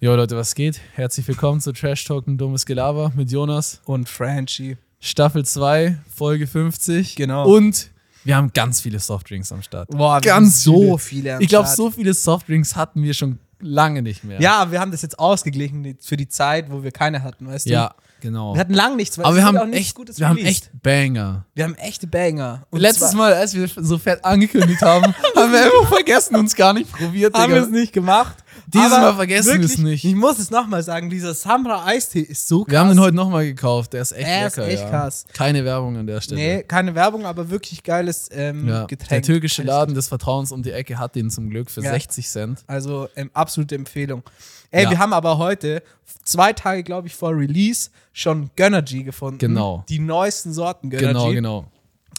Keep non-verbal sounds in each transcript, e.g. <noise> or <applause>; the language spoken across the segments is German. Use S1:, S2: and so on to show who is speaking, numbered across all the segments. S1: Jo Leute, was geht? Herzlich willkommen zu Trash Talk, ein dummes Gelaber mit Jonas.
S2: Und Franchi.
S1: Staffel 2, Folge 50.
S2: Genau.
S1: Und wir haben ganz viele Softdrinks am Start.
S2: Boah, wir
S1: ganz
S2: haben
S1: so
S2: so viele am
S1: Ich glaube,
S2: Start.
S1: so viele Softdrinks hatten wir schon lange nicht mehr.
S2: Ja, wir haben das jetzt ausgeglichen die- für die Zeit, wo wir keine hatten, weißt du?
S1: Ja, genau.
S2: Wir hatten lang nichts, weil
S1: Aber
S2: es
S1: wir
S2: gibt auch
S1: haben,
S2: nichts
S1: echt,
S2: Gutes
S1: wir haben
S2: released.
S1: echt Banger.
S2: Wir haben echte Banger. Und
S1: Letztes
S2: zwar
S1: Mal, als wir so fett angekündigt
S2: <laughs>
S1: haben, haben wir einfach vergessen, uns gar nicht probiert.
S2: haben wir
S1: Digga.
S2: es nicht gemacht.
S1: Dieses
S2: aber
S1: Mal vergessen wir es
S2: wirklich,
S1: nicht.
S2: Ich muss es nochmal sagen, dieser Samra Eistee ist so krass.
S1: Wir haben den heute nochmal gekauft. Der ist echt
S2: Er ist
S1: lecker.
S2: echt
S1: ja.
S2: krass.
S1: Keine Werbung an der Stelle.
S2: Nee, keine Werbung, aber wirklich geiles ähm,
S1: Ja. Der
S2: Getränk.
S1: türkische Laden des Vertrauens um die Ecke hat den zum Glück für
S2: Ja.
S1: 60 Cent.
S2: Also ähm, absolute Empfehlung. Ey,
S1: Ja.
S2: wir haben aber heute, zwei Tage, glaube ich, vor Release, schon Gönnergy gefunden.
S1: Genau.
S2: Die neuesten Sorten Gönnergy.
S1: Genau, genau.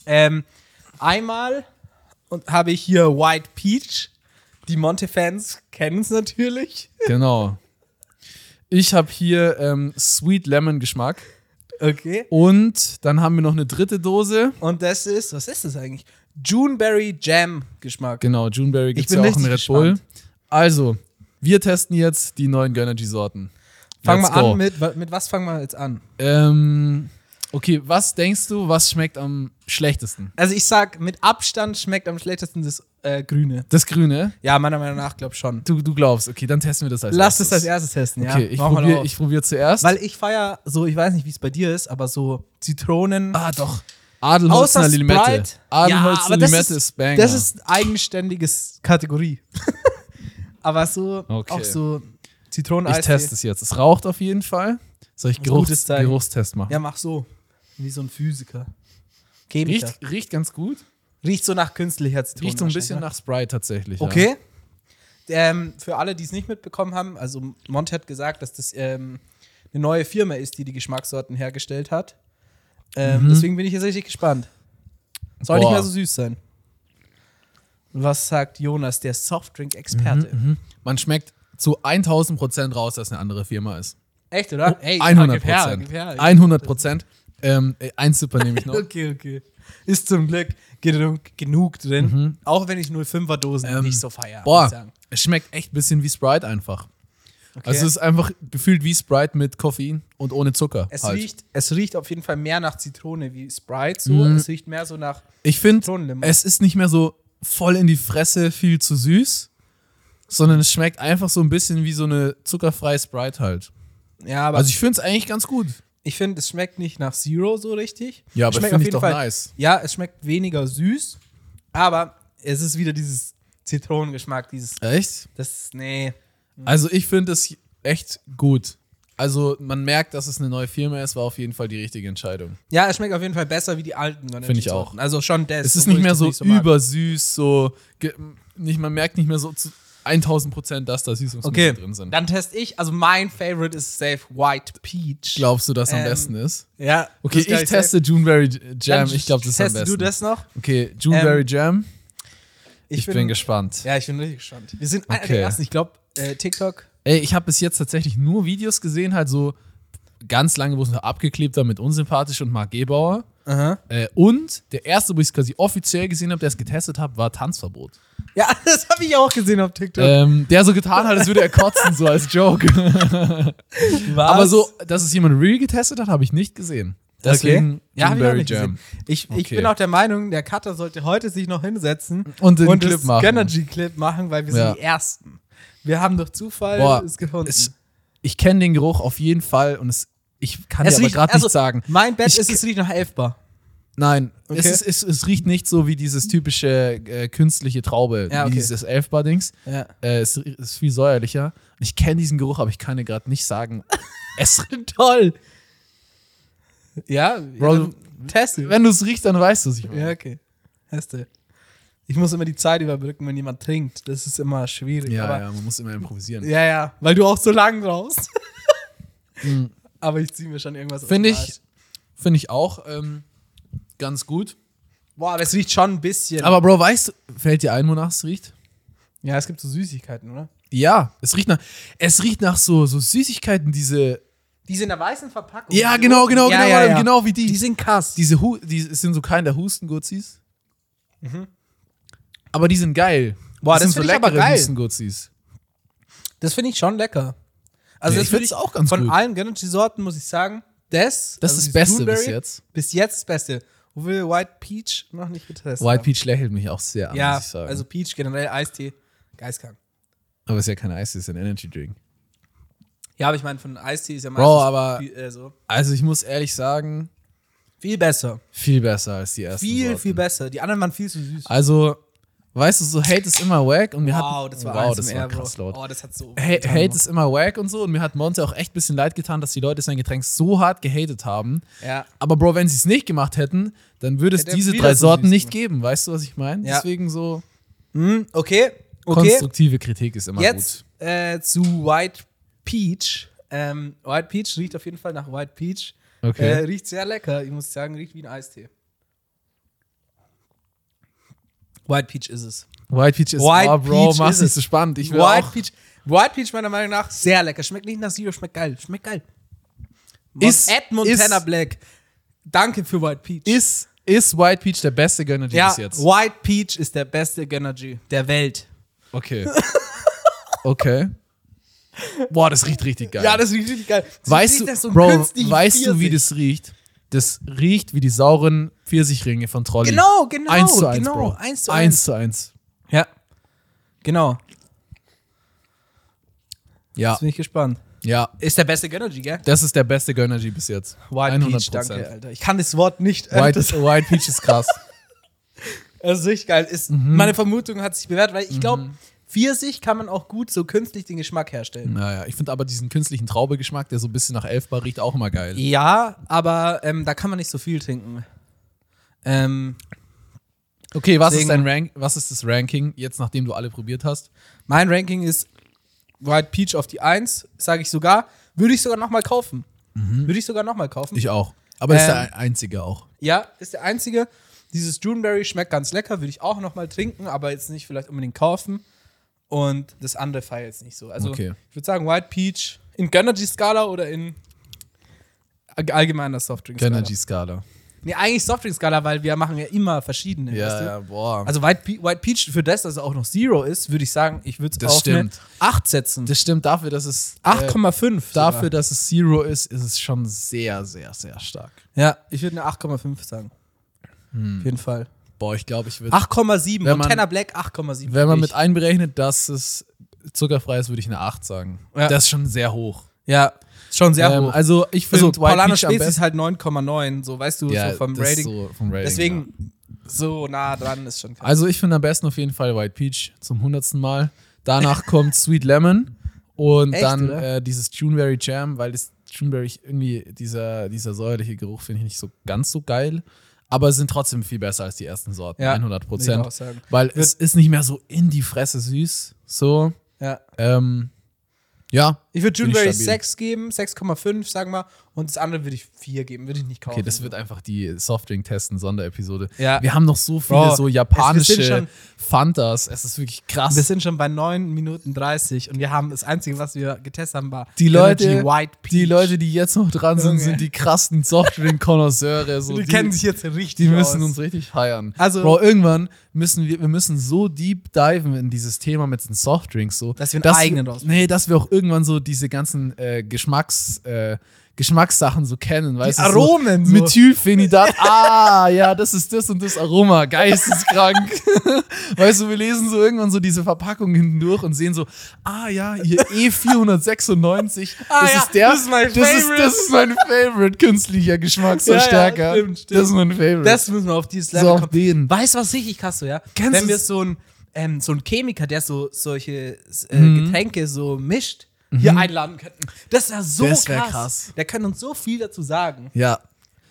S2: Ähm, einmal und habe ich hier White Peach. Die Monte-Fans kennen es natürlich. <laughs>
S1: Genau. Ich habe hier ähm, Sweet Lemon Geschmack.
S2: Okay.
S1: Und dann haben wir noch eine dritte Dose.
S2: Und das ist, was ist das eigentlich? Juneberry Jam Geschmack.
S1: Genau, Juneberry gibt es
S2: bin
S1: ja auch in
S2: richtig
S1: Red Bull. Also, wir testen jetzt die neuen Gönnergy-Sorten.
S2: Fangen wir
S1: Let's
S2: an
S1: go.
S2: mit, wa- mit was fangen wir jetzt an?
S1: Ähm, okay, was denkst du, was schmeckt am schlechtesten?
S2: Also ich sag, mit Abstand schmeckt am schlechtesten das äh, Grüne.
S1: Das Grüne?
S2: Ja, meiner Meinung nach, glaub schon.
S1: Du, du glaubst, okay, dann testen wir das als
S2: Lass es
S1: erstes.
S2: als erstes testen, ja.
S1: Okay, ich
S2: Mach mal
S1: probiere
S2: auf.
S1: ich probier zuerst.
S2: Weil ich feier so, ich weiß nicht, wie es bei dir ist, aber so Zitronen.
S1: ah, doch. Adelholzner
S2: Außer
S1: Limette.
S2: Sprite. Ja, aber
S1: Adelholzner
S2: das
S1: Limette
S2: ist-
S1: ist Banger.
S2: Das ist eigenständiges
S1: <laughs>
S2: Kategorie. aber so,
S1: Okay.
S2: auch so Zitronen
S1: ich teste es jetzt. Es raucht auf jeden Fall. Soll ich
S2: Ein gutes
S1: Geruchs
S2: Zeichen.
S1: Geruchstest machen?
S2: Ja, mach so. Wie so ein Physiker. Chemiker. Riecht,
S1: riecht, riecht ganz gut.
S2: riecht so nach künstlicher Zitrone.
S1: Riecht so ein bisschen
S2: wahrscheinlich,
S1: nach Sprite tatsächlich.
S2: ne? Okay. Ähm, für alle, die es nicht mitbekommen haben, also Monte hat gesagt, dass das ähm, eine neue Firma ist, die die Geschmackssorten hergestellt hat. Ähm,
S1: Mhm.
S2: Deswegen bin ich jetzt richtig gespannt. Soll nicht
S1: Boah.
S2: mehr so süß sein. Was sagt Jonas, der
S1: Ja.
S2: Softdrink-Experte?
S1: Mhm, mhm. Man schmeckt zu 1000 Prozent raus, dass eine andere Firma ist.
S2: Echt, oder? Ey,
S1: 100
S2: gib her, gib
S1: Oh, Prozent.
S2: her.
S1: 100 Prozent. Ähm, äh, ein Zipper nehme ich
S2: <laughs>
S1: noch.
S2: Okay, okay. Ist zum Glück genug, genug drin. Auch wenn ich 05er Dosen
S1: Mhm. Ähm,
S2: nicht so feier. muss
S1: Boah,
S2: ich sagen.
S1: es schmeckt echt ein bisschen wie Sprite einfach.
S2: Okay.
S1: Also es ist einfach gefühlt wie Sprite mit Koffein und ohne Zucker.
S2: es,
S1: halt.
S2: riecht, es riecht auf jeden Fall mehr nach Zitrone wie Sprite. So.
S1: Mhm.
S2: Es riecht mehr so nach.
S1: Ich finde,
S2: Zitronenlimo.
S1: es ist nicht mehr so voll in die Fresse, viel zu süß, sondern es schmeckt einfach so ein bisschen wie so eine zuckerfreie Sprite halt.
S2: Ja, aber
S1: Also
S2: ich,
S1: ich finde es eigentlich ganz gut.
S2: finde, es schmeckt nicht nach Zero so richtig.
S1: Ja, aber
S2: Schmeckt
S1: finde
S2: auf
S1: ich
S2: jeden
S1: doch
S2: Fall-
S1: nice.
S2: Ja, es schmeckt weniger süß. Aber es ist wieder dieses Zitronengeschmack. Dieses.
S1: Echt?
S2: Das. Nee.
S1: Also ich finde es echt gut. Also man merkt, dass es eine neue Firma ist, war auf jeden Fall die richtige Entscheidung.
S2: Ja, es schmeckt auf jeden Fall besser wie die alten.
S1: Finde ich auch.
S2: Sorten. Also schon das.
S1: Es ist
S2: obwohl
S1: nicht
S2: ich
S1: mehr
S2: das
S1: so,
S2: mag.
S1: übersüß, so ge- nicht, man merkt nicht mehr so zu 1000 Prozent, dass da Süßungsmittel
S2: Okay,
S1: drin sind.
S2: dann teste ich. Also mein Favorite ist safe White Peach.
S1: Glaubst du, dass am
S2: Ähm,
S1: besten ist?
S2: ja.
S1: Okay,
S2: das glaub
S1: ich teste Juneberry J-
S2: safe.
S1: Jam.
S2: Dann
S1: Ich glaube, das ist am
S2: teste
S1: besten.
S2: du das Ähm, noch?
S1: Okay, Juneberry Jam. Ich, bin, gespannt.
S2: Ja, ich bin richtig gespannt. Wir sind einer
S1: Okay.
S2: der ersten. Ich glaube, äh, TikTok.
S1: Ey, ich habe bis jetzt tatsächlich nur Videos gesehen, halt so ganz lange, wo es noch abgeklebt war mit Unsympathisch und Marc Gebauer. Äh, und der erste, wo ich es quasi offiziell gesehen habe, der es getestet habe, war Tanzverbot.
S2: Ja, <laughs> das habe ich auch gesehen auf TikTok.
S1: Ähm, der so getan hat, als würde er kotzen, so als Joke.
S2: <laughs>
S1: Äh, Aber so, dass es jemand real getestet hat, habe ich nicht gesehen. Deswegen
S2: okay. ja, hab ich auch
S1: Juneberry
S2: nicht
S1: Jam.
S2: gesehen. Ich, ich
S1: Okay.
S2: bin auch der Meinung, der Cutter sollte heute sich noch hinsetzen
S1: Und den Clip
S2: das
S1: machen.
S2: Gönnergy-Clip machen, weil wir
S1: Ja.
S2: sind die Ersten. Wir haben durch Zufall
S1: Boah,
S2: es Äh, gefunden.
S1: es- ich kenne den Geruch auf jeden Fall und es, ich kann dir aber
S2: riecht-
S1: gerade
S2: also,
S1: nicht sagen.
S2: Mein Bett
S1: Ich-
S2: ist, es riecht nach Elfbar.
S1: Nein, es,
S2: Okay.
S1: ist, es, es riecht nicht so wie dieses typische äh, künstliche Traube,
S2: Ja, okay.
S1: wie dieses Elfbar-Dings.
S2: Ja.
S1: Äh, es ist viel säuerlicher. Ich kenne diesen Geruch, aber ich kann dir gerade nicht <laughs> sagen. Es,
S2: <laughs> Toll. Ja,
S1: Bro,
S2: dann teste.
S1: wenn du es riechst, dann weißt du es.
S2: Ja, okay. Teste. Ich muss immer die Zeit überbrücken, wenn jemand trinkt. Das ist immer schwierig.
S1: ja,
S2: aber,
S1: ja, man muss immer improvisieren.
S2: ja, ja, Weil du auch so
S1: <laughs>
S2: lang brauchst. aber ich ziehe mir schon irgendwas aus
S1: Finde
S2: dem
S1: Mhm. ich,
S2: Arsch.
S1: finde ich auch ähm, ganz gut.
S2: Boah, aber es riecht schon ein bisschen.
S1: Aber Bro, weißt du, fällt dir ein, wonach es riecht?
S2: ja, es gibt so Süßigkeiten, oder?
S1: Ja, es riecht nach, es riecht nach so, so Süßigkeiten, diese.
S2: Die sind in der weißen Verpackung.
S1: Ja,
S2: Die
S1: genau,
S2: roten-
S1: genau,
S2: Ja,
S1: genau,
S2: ja, ja.
S1: genau wie die.
S2: Die sind krass.
S1: diese Hu die es sind so keine der Hustenguzis. Aber die sind geil.
S2: Mhm. Boah, das
S1: sind so
S2: find ich aber
S1: leckere
S2: geil.
S1: Hustenguzis.
S2: das finde ich schon lecker. Also
S1: Ja,
S2: das
S1: ich
S2: würde
S1: find's auch ganz
S2: Von
S1: gut.
S2: allen Granity-Sorten muss ich sagen,
S1: Das
S2: das, also
S1: ist das
S2: dieses
S1: Beste bis
S2: Blueberry,
S1: jetzt.
S2: Bis jetzt das Beste. Obwohl wir White Peach noch nicht getestet
S1: White
S2: haben.
S1: Peach lächelt mich auch sehr an,
S2: Ja,
S1: muss ich sagen.
S2: also Peach generell, Eistee, geistkrank.
S1: aber es ist ja kein Eis, es ist ein Energy Drink.
S2: Ja, aber ich meine, von Eistee ist ja meistens
S1: Bro, aber-
S2: viel, äh, so.
S1: Also ich muss ehrlich sagen,
S2: viel besser.
S1: viel besser als die ersten.
S2: Viel,
S1: Sorten.
S2: viel besser. Die anderen waren viel zu süß.
S1: Also, weißt du, so Hate ist immer wack und wir
S2: Wow,
S1: hatten,
S2: das war
S1: wow,
S2: eins
S1: das
S2: mehr,
S1: war
S2: Bro.
S1: krass laut.
S2: Oh, das hat so
S1: Hey,
S2: wehgetan,
S1: Hate
S2: Bro.
S1: ist immer wack und so und mir hat Monte auch echt ein bisschen leid getan, dass die Leute sein Getränk so hart gehatet haben.
S2: Ja.
S1: Aber Bro, wenn sie es nicht gemacht hätten, dann würde es
S2: Hätte er
S1: diese
S2: wieder
S1: drei
S2: so
S1: Sorten
S2: süß
S1: nicht
S2: gemacht.
S1: geben, weißt du, was ich meine?
S2: Ja.
S1: Deswegen so
S2: Hm, okay, okay.
S1: konstruktive Kritik ist immer
S2: Jetzt äh, zu White Peach. Ähm, White Peach riecht auf jeden Fall nach White Peach.
S1: gut. Okay.
S2: Äh, riecht sehr lecker. Ich muss sagen, riecht wie ein Eistee. White Peach ist es.
S1: White Peach ist,
S2: White
S1: oh, Bro,
S2: Peach
S1: mach
S2: ist
S1: nicht
S2: es.
S1: so spannend. Ich will
S2: White
S1: auch,
S2: Peach, White Peach meiner Meinung nach sehr lecker. Schmeckt nicht nach Zero, schmeckt geil. Schmeckt geil. Mon
S1: Ist-
S2: Ed Montana
S1: ist-
S2: Black. Danke für White Peach.
S1: ist, ist White Peach der beste Gönner
S2: ja,
S1: bis jetzt?
S2: White Peach ist der beste Gönnergy der Welt.
S1: Okay. Okay. Boah, das riecht richtig geil.
S2: Ja, das riecht richtig geil. Das
S1: weißt
S2: riecht
S1: du,
S2: nach so einem
S1: Bro,
S2: künstlichen
S1: weißt du, wie
S2: Pfirsich.
S1: das riecht? Das riecht wie die sauren Pfirsichringe von Trolli.
S2: Genau, genau,
S1: Eins zu eins,
S2: genau,
S1: Bro.
S2: eins zu
S1: eins zu eins.
S2: Ja. Genau.
S1: Ja,
S2: Jetzt bin ich gespannt.
S1: ja.
S2: Ist der beste Gönnergy, gell?
S1: Das ist der beste Gönnergy bis jetzt.
S2: White
S1: 100%.
S2: Peach, danke, Alter. Ich kann das Wort nicht.
S1: White,
S2: das,
S1: White Peach ist krass.
S2: das ist Also richtig geil. Ist, Meine Vermutung hat sich bewährt, weil ich glaube, Pfirsich kann man auch gut so künstlich den Geschmack herstellen.
S1: naja, ich finde aber diesen künstlichen Traubegeschmack, der so ein bisschen nach Elfbar riecht, auch immer geil.
S2: Ja, aber ähm, da kann man nicht so viel trinken. Ähm,
S1: Okay, was ist
S2: Deswegen-
S1: dein Rank? Was ist das Ranking jetzt, nachdem du alle probiert hast?
S2: mein Ranking ist White Peach auf die 1, sage ich sogar. Würde ich sogar nochmal kaufen. Würde ich sogar nochmal kaufen.
S1: Ich auch. Aber das ist
S2: Ähm,
S1: der einzige auch.
S2: Ja, ist der einzige. Dieses Juneberry schmeckt ganz lecker, würde ich auch nochmal trinken, aber jetzt nicht vielleicht unbedingt kaufen. Und das andere feiere jetzt nicht so. Also
S1: Okay.
S2: ich würde sagen, White Peach in Gönnergy-Skala oder in all- allgemeiner Softdrink-Skala?
S1: Gönnergy-Skala.
S2: Nee, eigentlich Softdrink-Skala, weil wir machen ja immer verschiedene. weißt
S1: Ja,
S2: du?
S1: ja, boah.
S2: Also White, Pe White Peach, für das, dass er auch noch Zero ist, würde ich sagen, ich würde es
S1: Das
S2: auf
S1: stimmt.
S2: eine 8 setzen.
S1: das stimmt dafür, dass es äh,
S2: 8,5. sogar.
S1: Dafür, dass es Zero ist, ist es schon sehr, sehr, sehr stark.
S2: Ja, ich würde eine 8,5 sagen. Auf jeden Fall.
S1: Boah, ich glaube, ich würde.
S2: 8,7.
S1: Hm. Wenn man-
S2: Montana Black 8,7.
S1: Wenn man
S2: Ich-
S1: mit einberechnet, dass es zuckerfrei ist, würde ich eine 8 sagen.
S2: Ja.
S1: Das ist schon sehr hoch.
S2: Ja, ist schon sehr
S1: Ähm,
S2: hoch.
S1: Also, ich finde
S2: also,
S1: White
S2: Paulana
S1: Peach am
S2: Spezi ist
S1: besten.
S2: halt 9,9, so weißt du,
S1: Ja,
S2: so vom
S1: das ist
S2: Rating.
S1: So vom Rating ja.
S2: Deswegen so nah dran ist schon krass.
S1: Also, ich finde am besten auf jeden Fall White Peach zum hundertsten Mal. Danach <laughs> kommt Sweet Lemon und
S2: Echt,
S1: dann
S2: oder?
S1: äh, dieses Juneberry Jam, weil das Juneberry irgendwie, dieser, dieser säuerliche Geruch finde ich nicht so ganz so geil. Aber es sind trotzdem viel besser als die ersten Sorten,
S2: Ja,
S1: 100
S2: würde ich auch
S1: Prozent.
S2: sagen.
S1: Weil es ist nicht mehr so in die Fresse süß. So,
S2: Ja.
S1: ähm, ja.
S2: Ich würde
S1: Finde ich
S2: Juneberry
S1: stabil.
S2: 6 geben, 6,5, sagen wir, und das andere würde ich 4 geben, würde ich nicht kaufen.
S1: Okay, das wird einfach die Softdrink-Testen-Sonderepisode.
S2: Ja.
S1: Wir haben noch so viele
S2: Bro,
S1: so
S2: es- wir sind
S1: japanische
S2: schon-
S1: Fantas. Es ist wirklich krass.
S2: wir sind schon bei 9 Minuten 30 und wir haben das einzige, was wir getestet haben, war
S1: die
S2: Energy
S1: Leute,
S2: White Peach.
S1: die Leute, die jetzt noch dran sind,
S2: Junge.
S1: sind die krassen Softdrink-Konnoisseure. So
S2: die, kennen sich jetzt richtig
S1: Die müssen
S2: aus.
S1: uns richtig feiern.
S2: Also-
S1: Bro, irgendwann müssen wir, wir müssen so deep diven in dieses Thema mit den Softdrinks so.
S2: Dass wir einen eigenen rausbringen.
S1: Nee, dass wir auch irgendwann so diese ganzen äh, Geschmacks, äh, Geschmackssachen so kennen, weißt du?
S2: Aromen,
S1: So,
S2: so. <laughs>
S1: Methylphenidat, ah, ja, das ist das und das Aroma,
S2: <laughs>
S1: geisteskrank. weißt du, wir lesen so irgendwann so diese Verpackung hinten durch und sehen so, ah ja, hier E496,
S2: Ah
S1: das
S2: ja,
S1: ist der,
S2: das ist mein
S1: das ist,
S2: Favorite.
S1: das ist mein Favorite
S2: <laughs>
S1: künstlicher Geschmacksverstärker.
S2: Ja, ja, stimmt, stimmt.
S1: Das ist mein Favorite.
S2: Das müssen wir auf dieses Level
S1: So, auf
S2: kommen.
S1: den.
S2: Weißt du, was richtig krass so, ja?
S1: Kennst
S2: Wenn
S1: du's?
S2: wir so ein, ähm, so ein Chemiker, der so solche äh,
S1: Mhm.
S2: Getränke so mischt, hier einladen könnten. Das wäre so
S1: Das wär
S2: krass.
S1: krass.
S2: Der kann uns so viel dazu sagen.
S1: Ja.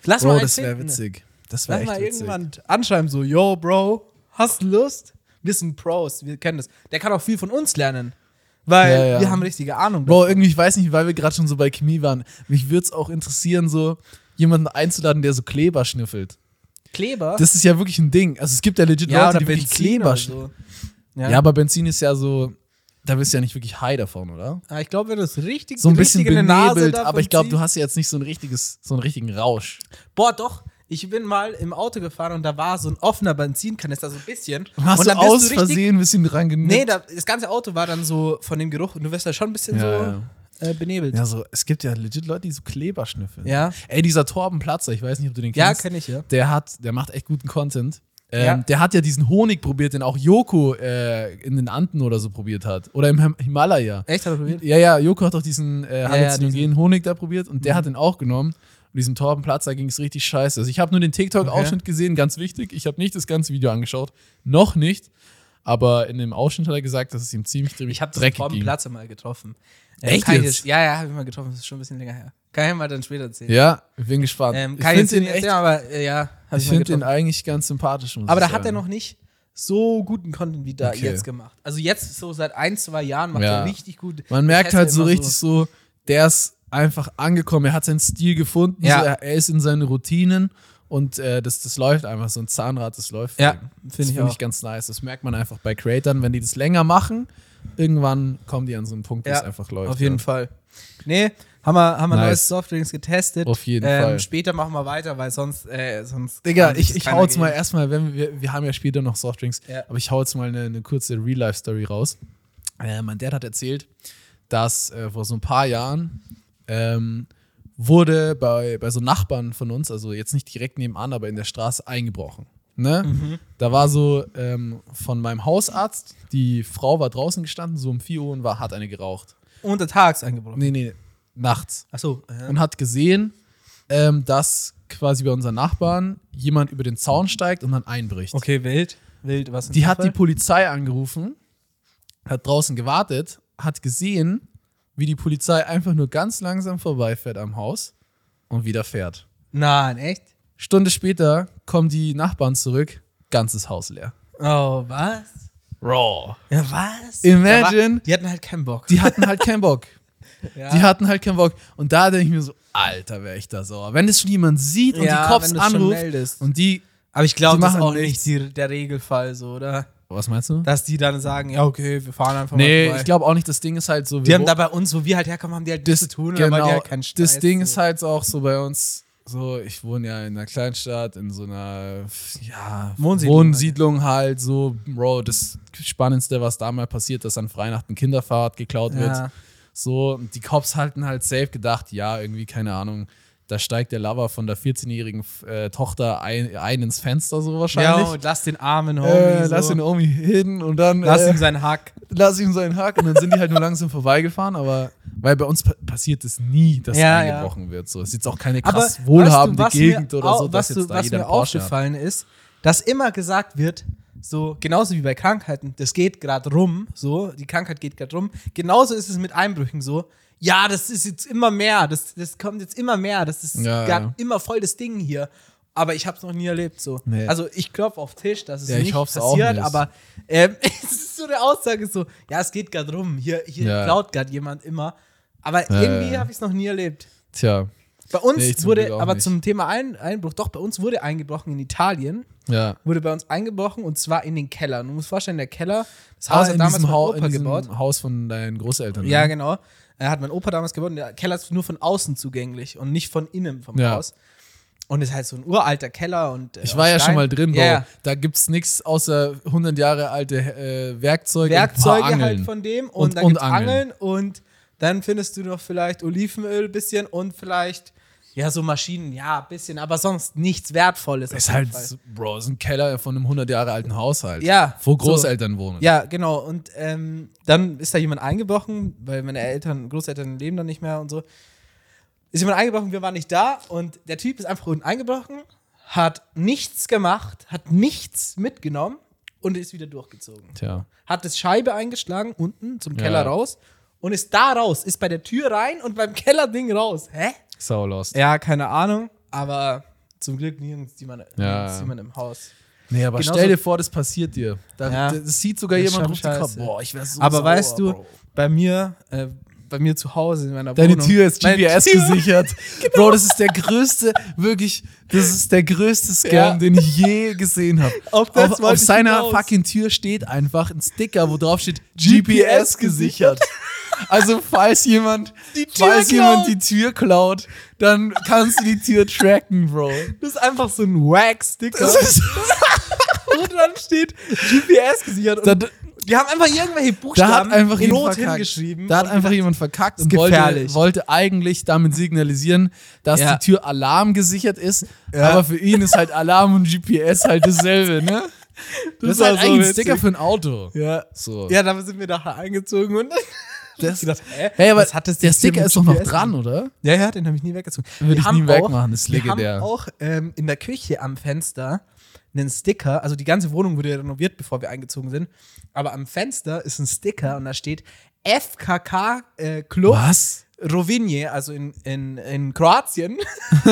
S2: Lass
S1: Bro,
S2: mal
S1: das
S2: wär
S1: wäre witzig. Das wäre
S2: Lass
S1: echt
S2: mal
S1: witzig.
S2: irgendwann anschreiben, so, yo, Bro, hast Lust? Wir sind Pros, wir kennen das. Der kann auch viel von uns lernen. Weil
S1: Ja, ja.
S2: wir haben richtige Ahnung.
S1: Bro, irgendwie, ich weiß nicht, weil wir gerade schon so bei Chemie waren. Mich würde es auch interessieren, so jemanden einzuladen, der so Kleber schnüffelt.
S2: Kleber?
S1: Das ist ja wirklich ein Ding. Also es gibt ja legit
S2: ja,
S1: Leute,
S2: oder
S1: die wirklich
S2: Benzin
S1: Kleber
S2: oder
S1: schnüffeln.
S2: so.
S1: Ja. aber Benzin ist ja so, da bist du ja nicht wirklich high davon, oder?
S2: Ah, Ich glaube, wenn du es richtig,
S1: So ein bisschen
S2: richtig in die Nase
S1: benebelt,
S2: davon
S1: aber ich glaube,
S2: ziehst-
S1: du hast ja jetzt nicht so ein richtiges, so einen richtigen Rausch.
S2: Boah, doch. Ich bin mal im Auto gefahren und da war so ein offener Benzinkanister, so ein bisschen.
S1: Und hast
S2: und
S1: du
S2: bist
S1: aus
S2: richtig-
S1: Versehen ein bisschen dran genippt?
S2: Nee, da, das ganze Auto war dann so von dem Geruch und du wirst da schon ein bisschen
S1: Ja,
S2: so.
S1: ja.
S2: äh, benebelt.
S1: Ja, so, es gibt ja legit Leute, die so Kleber schnüffeln.
S2: Ja.
S1: Ey, dieser Torben Platzer, ich weiß nicht, ob du den
S2: Ja,
S1: kennst.
S2: kenn ich, ja.
S1: Der hat, der macht echt guten Content. Ähm,
S2: Ja.
S1: Der hat ja diesen Honig probiert, den auch Joko äh, in den Anden oder so probiert hat. Oder im Him- Himalaya.
S2: Echt, hat er probiert?
S1: Ja, ja, Joko hat auch diesen äh,
S2: ja, Mhm.
S1: halluzinogenen Honig da probiert und der hat den auch genommen. Und diesem Torben Platzer ging es richtig scheiße. Also ich habe nur den TikTok-Ausschnitt gesehen, ganz wichtig. Ich habe nicht das ganze Video angeschaut. Noch nicht. Aber in dem Ausschnitt hat er gesagt, dass es ihm ziemlich dreckig
S2: Ich habe
S1: dreckig
S2: Torben
S1: ging.
S2: Platzer mal getroffen.
S1: Echt
S2: kann ich
S1: jetzt?
S2: Ja, ja, habe ich mal getroffen. Das ist schon ein bisschen länger her. Kann ich mal dann später erzählen.
S1: Ja, bin gespannt.
S2: Ähm,
S1: ich
S2: kann ich jetzt
S1: finde
S2: nicht
S1: ihn echt,
S2: erzählen, aber äh, ja, habe ich,
S1: ich
S2: mal
S1: find ihn
S2: getroffen.
S1: eigentlich ganz sympathisch. muss
S2: Aber
S1: ich
S2: da hat er
S1: sagen.
S2: noch nicht so guten Content wie da
S1: Okay.
S2: jetzt gemacht. Also jetzt so seit ein, zwei Jahren macht
S1: Ja.
S2: er richtig gut.
S1: Man merkt
S2: Presse
S1: halt so
S2: immer
S1: richtig so, der ist einfach angekommen. Er hat seinen Stil gefunden.
S2: Ja.
S1: So, er, er ist in seinen Routinen und äh, das, das läuft einfach. So ein Zahnrad, das läuft. für
S2: Ja,
S1: ihn.
S2: find
S1: Das
S2: ich
S1: finde
S2: auch.
S1: ich ganz nice. Das merkt man einfach bei Creatern, wenn die das länger machen, irgendwann kommen die an so einen Punkt, wo es
S2: Ja,
S1: einfach läuft.
S2: Auf jeden
S1: ja.
S2: Fall. Nee, haben wir, haben wir
S1: Nice.
S2: neues Softdrinks getestet.
S1: Auf jeden
S2: ähm,
S1: Fall.
S2: Später machen wir weiter, weil sonst. Äh, sonst
S1: Digga,
S2: kann sich
S1: ich,
S2: das
S1: ich
S2: keiner
S1: hau jetzt mal
S2: geben.
S1: erstmal, wenn wir, wir haben ja später noch Softdrinks,
S2: Ja.
S1: aber ich hau jetzt mal eine, eine kurze Real-Life-Story raus. Äh, mein Dad hat erzählt, dass äh, vor so ein paar Jahren ähm, wurde bei, bei so Nachbarn von uns, also jetzt nicht direkt nebenan, aber in der Straße eingebrochen. Ne?
S2: Mhm.
S1: Da war so ähm, von meinem Hausarzt, die Frau war draußen gestanden, so um 4 Uhr und war, hat eine geraucht.
S2: Untertags angebrochen.
S1: e- Nee, nee, nachts
S2: Achso. Äh,
S1: und hat gesehen, ähm, dass quasi bei unseren Nachbarn jemand über den Zaun steigt und dann einbricht.
S2: okay, wild. Wild, was ein
S1: Die hat die
S2: Zufall.
S1: Polizei angerufen, hat draußen gewartet, hat gesehen, wie die Polizei einfach nur ganz langsam vorbeifährt am Haus und wieder fährt.
S2: Nein, echt?
S1: Stunde später kommen die Nachbarn zurück, ganzes Haus leer.
S2: Oh, was?
S1: Raw.
S2: Ja, was?
S1: Imagine.
S2: Da war- Die hatten halt keinen Bock.
S1: Die hatten halt keinen Bock.
S2: <laughs> ja.
S1: Die hatten halt keinen Bock. Und da denke ich mir so, Alter, wäre ich da sauer. Wenn das schon jemand sieht und
S2: Ja,
S1: die Cops
S2: wenn du's schon
S1: anruft
S2: meldest.
S1: und die,
S2: Aber ich glaube,
S1: die
S2: das ist
S1: machen
S2: auch nicht die, der Regelfall so, oder?
S1: was meinst du?
S2: Dass die dann sagen, ja, okay, wir fahren einfach Oh, mal
S1: Nee,
S2: vorbei.
S1: ich glaube auch nicht. Das Ding ist halt so.
S2: Die haben da bei uns, wo wir halt herkommen, haben die halt nichts zu tun. und dann war
S1: genau,
S2: die halt keinen Stress,
S1: das Ding
S2: so.
S1: ist halt auch so bei uns. So, ich wohne ja in einer Kleinstadt, in so einer ja,
S2: Wohnsiedlung.
S1: Wohnsiedlung halt so. Bro, das Spannendste, was da mal passiert, dass an Weihnachten Kinderfahrrad geklaut wird.
S2: Ja.
S1: So, und die Cops halten halt safe gedacht, ja, irgendwie, keine Ahnung, da steigt der Lover von der 14-jährigen äh, Tochter ein, ein ins Fenster, so wahrscheinlich.
S2: Ja, und lass den armen Homie.
S1: äh,
S2: so.
S1: Lass ihn Omi hin und dann.
S2: lass
S1: äh,
S2: ihm seinen Hack.
S1: lass ihm seinen Haken. Und dann sind die halt nur langsam vorbeigefahren, aber weil bei uns pa passiert es nie, dass
S2: Ja,
S1: eingebrochen wird. So, es ist jetzt auch keine
S2: Aber
S1: krass wohlhabende
S2: weißt du, was
S1: Gegend
S2: mir
S1: oder so,
S2: au-
S1: dass
S2: was
S1: jetzt
S2: du,
S1: da
S2: was
S1: jeder
S2: mir
S1: einen Porsche hat.
S2: aufgefallen ist, dass immer gesagt wird, so genauso wie bei Krankheiten, das geht gerade rum, so die Krankheit geht gerade rum. Genauso ist es mit Einbrüchen so. Ja, das ist jetzt immer mehr, das, das kommt jetzt immer mehr, das ist
S1: Ja,
S2: grad
S1: ja.
S2: immer voll das Ding hier. Aber ich habe es noch nie erlebt so.
S1: Nee.
S2: Also ich klopfe auf Tisch, dass es
S1: Ja, ich
S2: nicht
S1: hoff's
S2: passiert,
S1: auch nicht.
S2: aber ähm, <laughs> es ist so eine Aussage so, ja, es geht gerade rum, hier, hier
S1: Ja.
S2: klaut gerade jemand immer. Aber
S1: Ja,
S2: irgendwie
S1: ja.
S2: habe ich es noch nie erlebt.
S1: Tja,
S2: Bei uns
S1: Nee, ich zum Glück
S2: wurde,
S1: auch
S2: aber
S1: nicht.
S2: zum Thema Ein Einbruch, doch, bei uns wurde eingebrochen in Italien,
S1: ja.
S2: wurde bei uns eingebrochen und zwar in den Keller. Und Du musst vorstellen, der Keller, das
S1: Aber Ah,
S2: Haus
S1: in
S2: hat damals
S1: diesem,
S2: mein
S1: Hau- in
S2: Opa
S1: diesem
S2: gebaut.
S1: Haus von deinen Großeltern. ne?
S2: Ja, genau. Äh, hat mein Opa damals gebaut und der Keller ist nur von außen zugänglich und nicht von innen vom
S1: Ja.
S2: Haus. Und es ist halt so ein uralter Keller und äh,
S1: Ich
S2: aus
S1: war ja schon
S2: Stein.
S1: mal drin, Bro.
S2: Ja, ja.
S1: Da gibt's nichts außer 100 Jahre alte äh, Werkzeuge, und
S2: Werkzeuge
S1: ein paar
S2: halt
S1: Angeln.
S2: von dem
S1: Und-
S2: und, dann
S1: und
S2: gibt's
S1: Angeln.
S2: Angeln und dann findest du noch vielleicht Olivenöl ein bisschen und vielleicht ja so Maschinen, ja, ein bisschen, aber sonst nichts Wertvolles. auf
S1: Ist
S2: jeden
S1: halt,
S2: Fall.
S1: so- Bro, ist ein Keller von einem 100 Jahre alten Haushalt.
S2: Ja,
S1: Wo
S2: so.
S1: Großeltern wohnen.
S2: Ja, genau. Und ähm, dann ist da jemand eingebrochen, weil meine Eltern, Großeltern leben dann nicht mehr und so. Ist jemand eingebrochen, wir waren nicht da und der Typ ist einfach unten eingebrochen, hat nichts gemacht, hat nichts mitgenommen und ist wieder durchgezogen.
S1: Tja.
S2: Hat das Scheibe eingeschlagen, unten zum
S1: Ja.
S2: Keller raus und ist da raus, ist bei der Tür rein und beim Kellerding raus. Hä?
S1: Sau lost.
S2: Ja, keine Ahnung, aber zum Glück nirgends jemand,
S1: Ja.
S2: nirgends jemand im Haus.
S1: Nee, aber
S2: Genauso-
S1: stell dir vor, das passiert dir. Da,
S2: Ja.
S1: Das sieht sogar
S2: Das ist
S1: jemand
S2: schon
S1: ruft die Kopf.
S2: scheiße.
S1: Boah, ich wär so
S2: Aber
S1: sauer,
S2: weißt du,
S1: Bro.
S2: bei mir, äh, bei mir zu Hause in meiner
S1: Deine
S2: Wohnung.
S1: Tür ist
S2: Meine
S1: GPS
S2: Tür- Genau.
S1: gesichert. Bro, das ist der größte, wirklich, das ist der größte Scam,
S2: Ja.
S1: den ich je gesehen habe.
S2: <laughs> Auf das
S1: auf,
S2: wollte
S1: auf
S2: ich
S1: seiner
S2: hinaus.
S1: fucking Tür steht einfach ein Sticker, wo drauf
S2: <laughs>
S1: steht GPS gesichert. Also falls jemand,
S2: Die Tür
S1: falls jemand
S2: klaut.
S1: die Tür klaut, dann kannst du die Tür tracken, Bro.
S2: Das ist einfach so ein Wax-Sticker,
S1: Das ist,
S2: wo dran steht, GPS gesichert.
S1: da,
S2: Und Die haben einfach irgendwelche
S1: Da hat
S2: Buchstaben
S1: einfach
S2: in
S1: jemand
S2: Not
S1: verkackt.
S2: hingeschrieben.
S1: Da hat
S2: und
S1: einfach
S2: gedacht,
S1: jemand verkackt
S2: ist
S1: und wollte,
S2: gefährlich.
S1: wollte eigentlich damit signalisieren, dass
S2: Ja.
S1: die Tür Alarm gesichert ist.
S2: Ja.
S1: Aber für ihn ist halt Alarm und GPS halt dasselbe,
S2: <laughs>
S1: ne? Das, ist
S2: war
S1: halt eigentlich
S2: so
S1: ein
S2: witzig.
S1: Sticker für ein Auto.
S2: Ja.
S1: So.
S2: Ja, da sind wir nachher eingezogen <laughs> und
S1: Das-
S2: gedacht, hä,
S1: Hey, aber
S2: was hat das
S1: der
S2: jetzt hier
S1: Sticker
S2: mit
S1: ist doch noch
S2: GPS?
S1: dran, oder?
S2: Ja, ja, den habe ich nie weggezogen.
S1: Würde
S2: Wir
S1: ich
S2: haben
S1: nie wegmachen, das ist
S2: wir
S1: legendär.
S2: haben auch ähm, in der Küche am Fenster einen Sticker, also die ganze Wohnung wurde ja renoviert, bevor wir eingezogen sind, aber am Fenster ist ein Sticker und da steht FKK äh, Club
S1: Was?
S2: Rovinje, also in, in, in Kroatien. <laughs>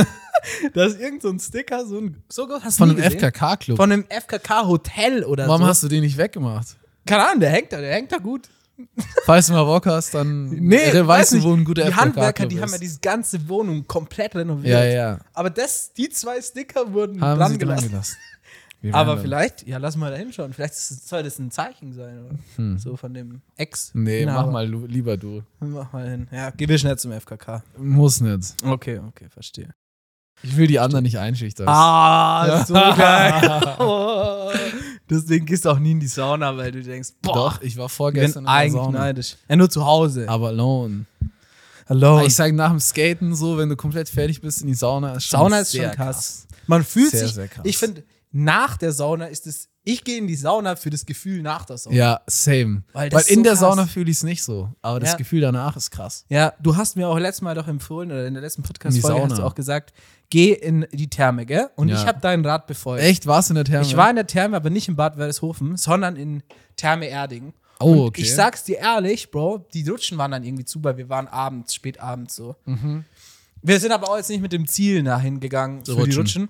S2: da ist irgend so ein Sticker, so ein so groß, hast du
S1: Von
S2: nie
S1: einem
S2: gesehen?
S1: FKK-Club.
S2: Von also- einem FKK Hotel oder
S1: Warum
S2: so.
S1: hast du den nicht weggemacht?
S2: Keine Ahnung, der hängt da, der hängt da gut.
S1: Falls du mal Bock hast, dann
S2: weiß
S1: weißen,
S2: nicht.
S1: wo ein guter
S2: Die Handwerker, die
S1: FKK-Club
S2: haben ja
S1: ist.
S2: diese ganze Wohnung komplett renoviert.
S1: Ja, ja.
S2: Aber das, die zwei Sticker wurden
S1: Haben
S2: dran
S1: sie dran
S2: gelassen.
S1: gelassen. Wir
S2: Aber
S1: werden-
S2: vielleicht, ja, lass mal da hinschauen. Vielleicht ist, soll das ein Zeichen sein, oder? So von dem Ex.
S1: Hm. Nee, mach
S2: Inhaber.
S1: mal lu- lieber du.
S2: Mach mal hin. Ja, geh wir schnell zum FKK.
S1: Muss nicht.
S2: Okay, okay, verstehe.
S1: Ich will die anderen nicht einschüchtern. <laughs>
S2: Ah, so geil. Deswegen gehst du auch nie in die Sauna, weil du denkst, boah,
S1: Doch, ich war
S2: ich
S1: vorgestern
S2: bin eigentlich neidisch. Ja, nur zu Hause.
S1: Aber alone.
S2: Hallo.
S1: Ich sage nach dem Skaten so, wenn du komplett fertig bist in die Sauna. Ist schon
S2: Sauna ist
S1: sehr
S2: schon krass. Man fühlt
S1: Sehr,
S2: sich,
S1: sehr krass.
S2: ich finde, nach der Sauna ist es, ich gehe in die Sauna für das Gefühl nach der Sauna.
S1: Ja, same.
S2: Weil
S1: Weil,
S2: das ist
S1: in
S2: so
S1: der
S2: krass.
S1: Sauna fühle ich es nicht so. Aber das
S2: Ja.
S1: Gefühl danach ist krass.
S2: Ja, du hast mir auch letztes Mal doch empfohlen, oder in der letzten Podcast-Folge
S1: Sauna.
S2: hast du auch gesagt, geh in die Therme, gell? Und
S1: Ja.
S2: ich habe deinen Rat befolgt.
S1: Echt, warst du in der Therme?
S2: Ich war in der Therme, aber nicht in Bad Werdeshofen, sondern in Therme Erding.
S1: Oh,
S2: Und
S1: okay.
S2: Ich sag's dir ehrlich, Bro, die Rutschen waren dann irgendwie zu, weil wir waren abends, spät abends so.
S1: Mhm.
S2: Wir sind aber auch jetzt nicht mit dem Ziel dahin gegangen
S1: So
S2: für die
S1: Rutschen.
S2: Rutschen.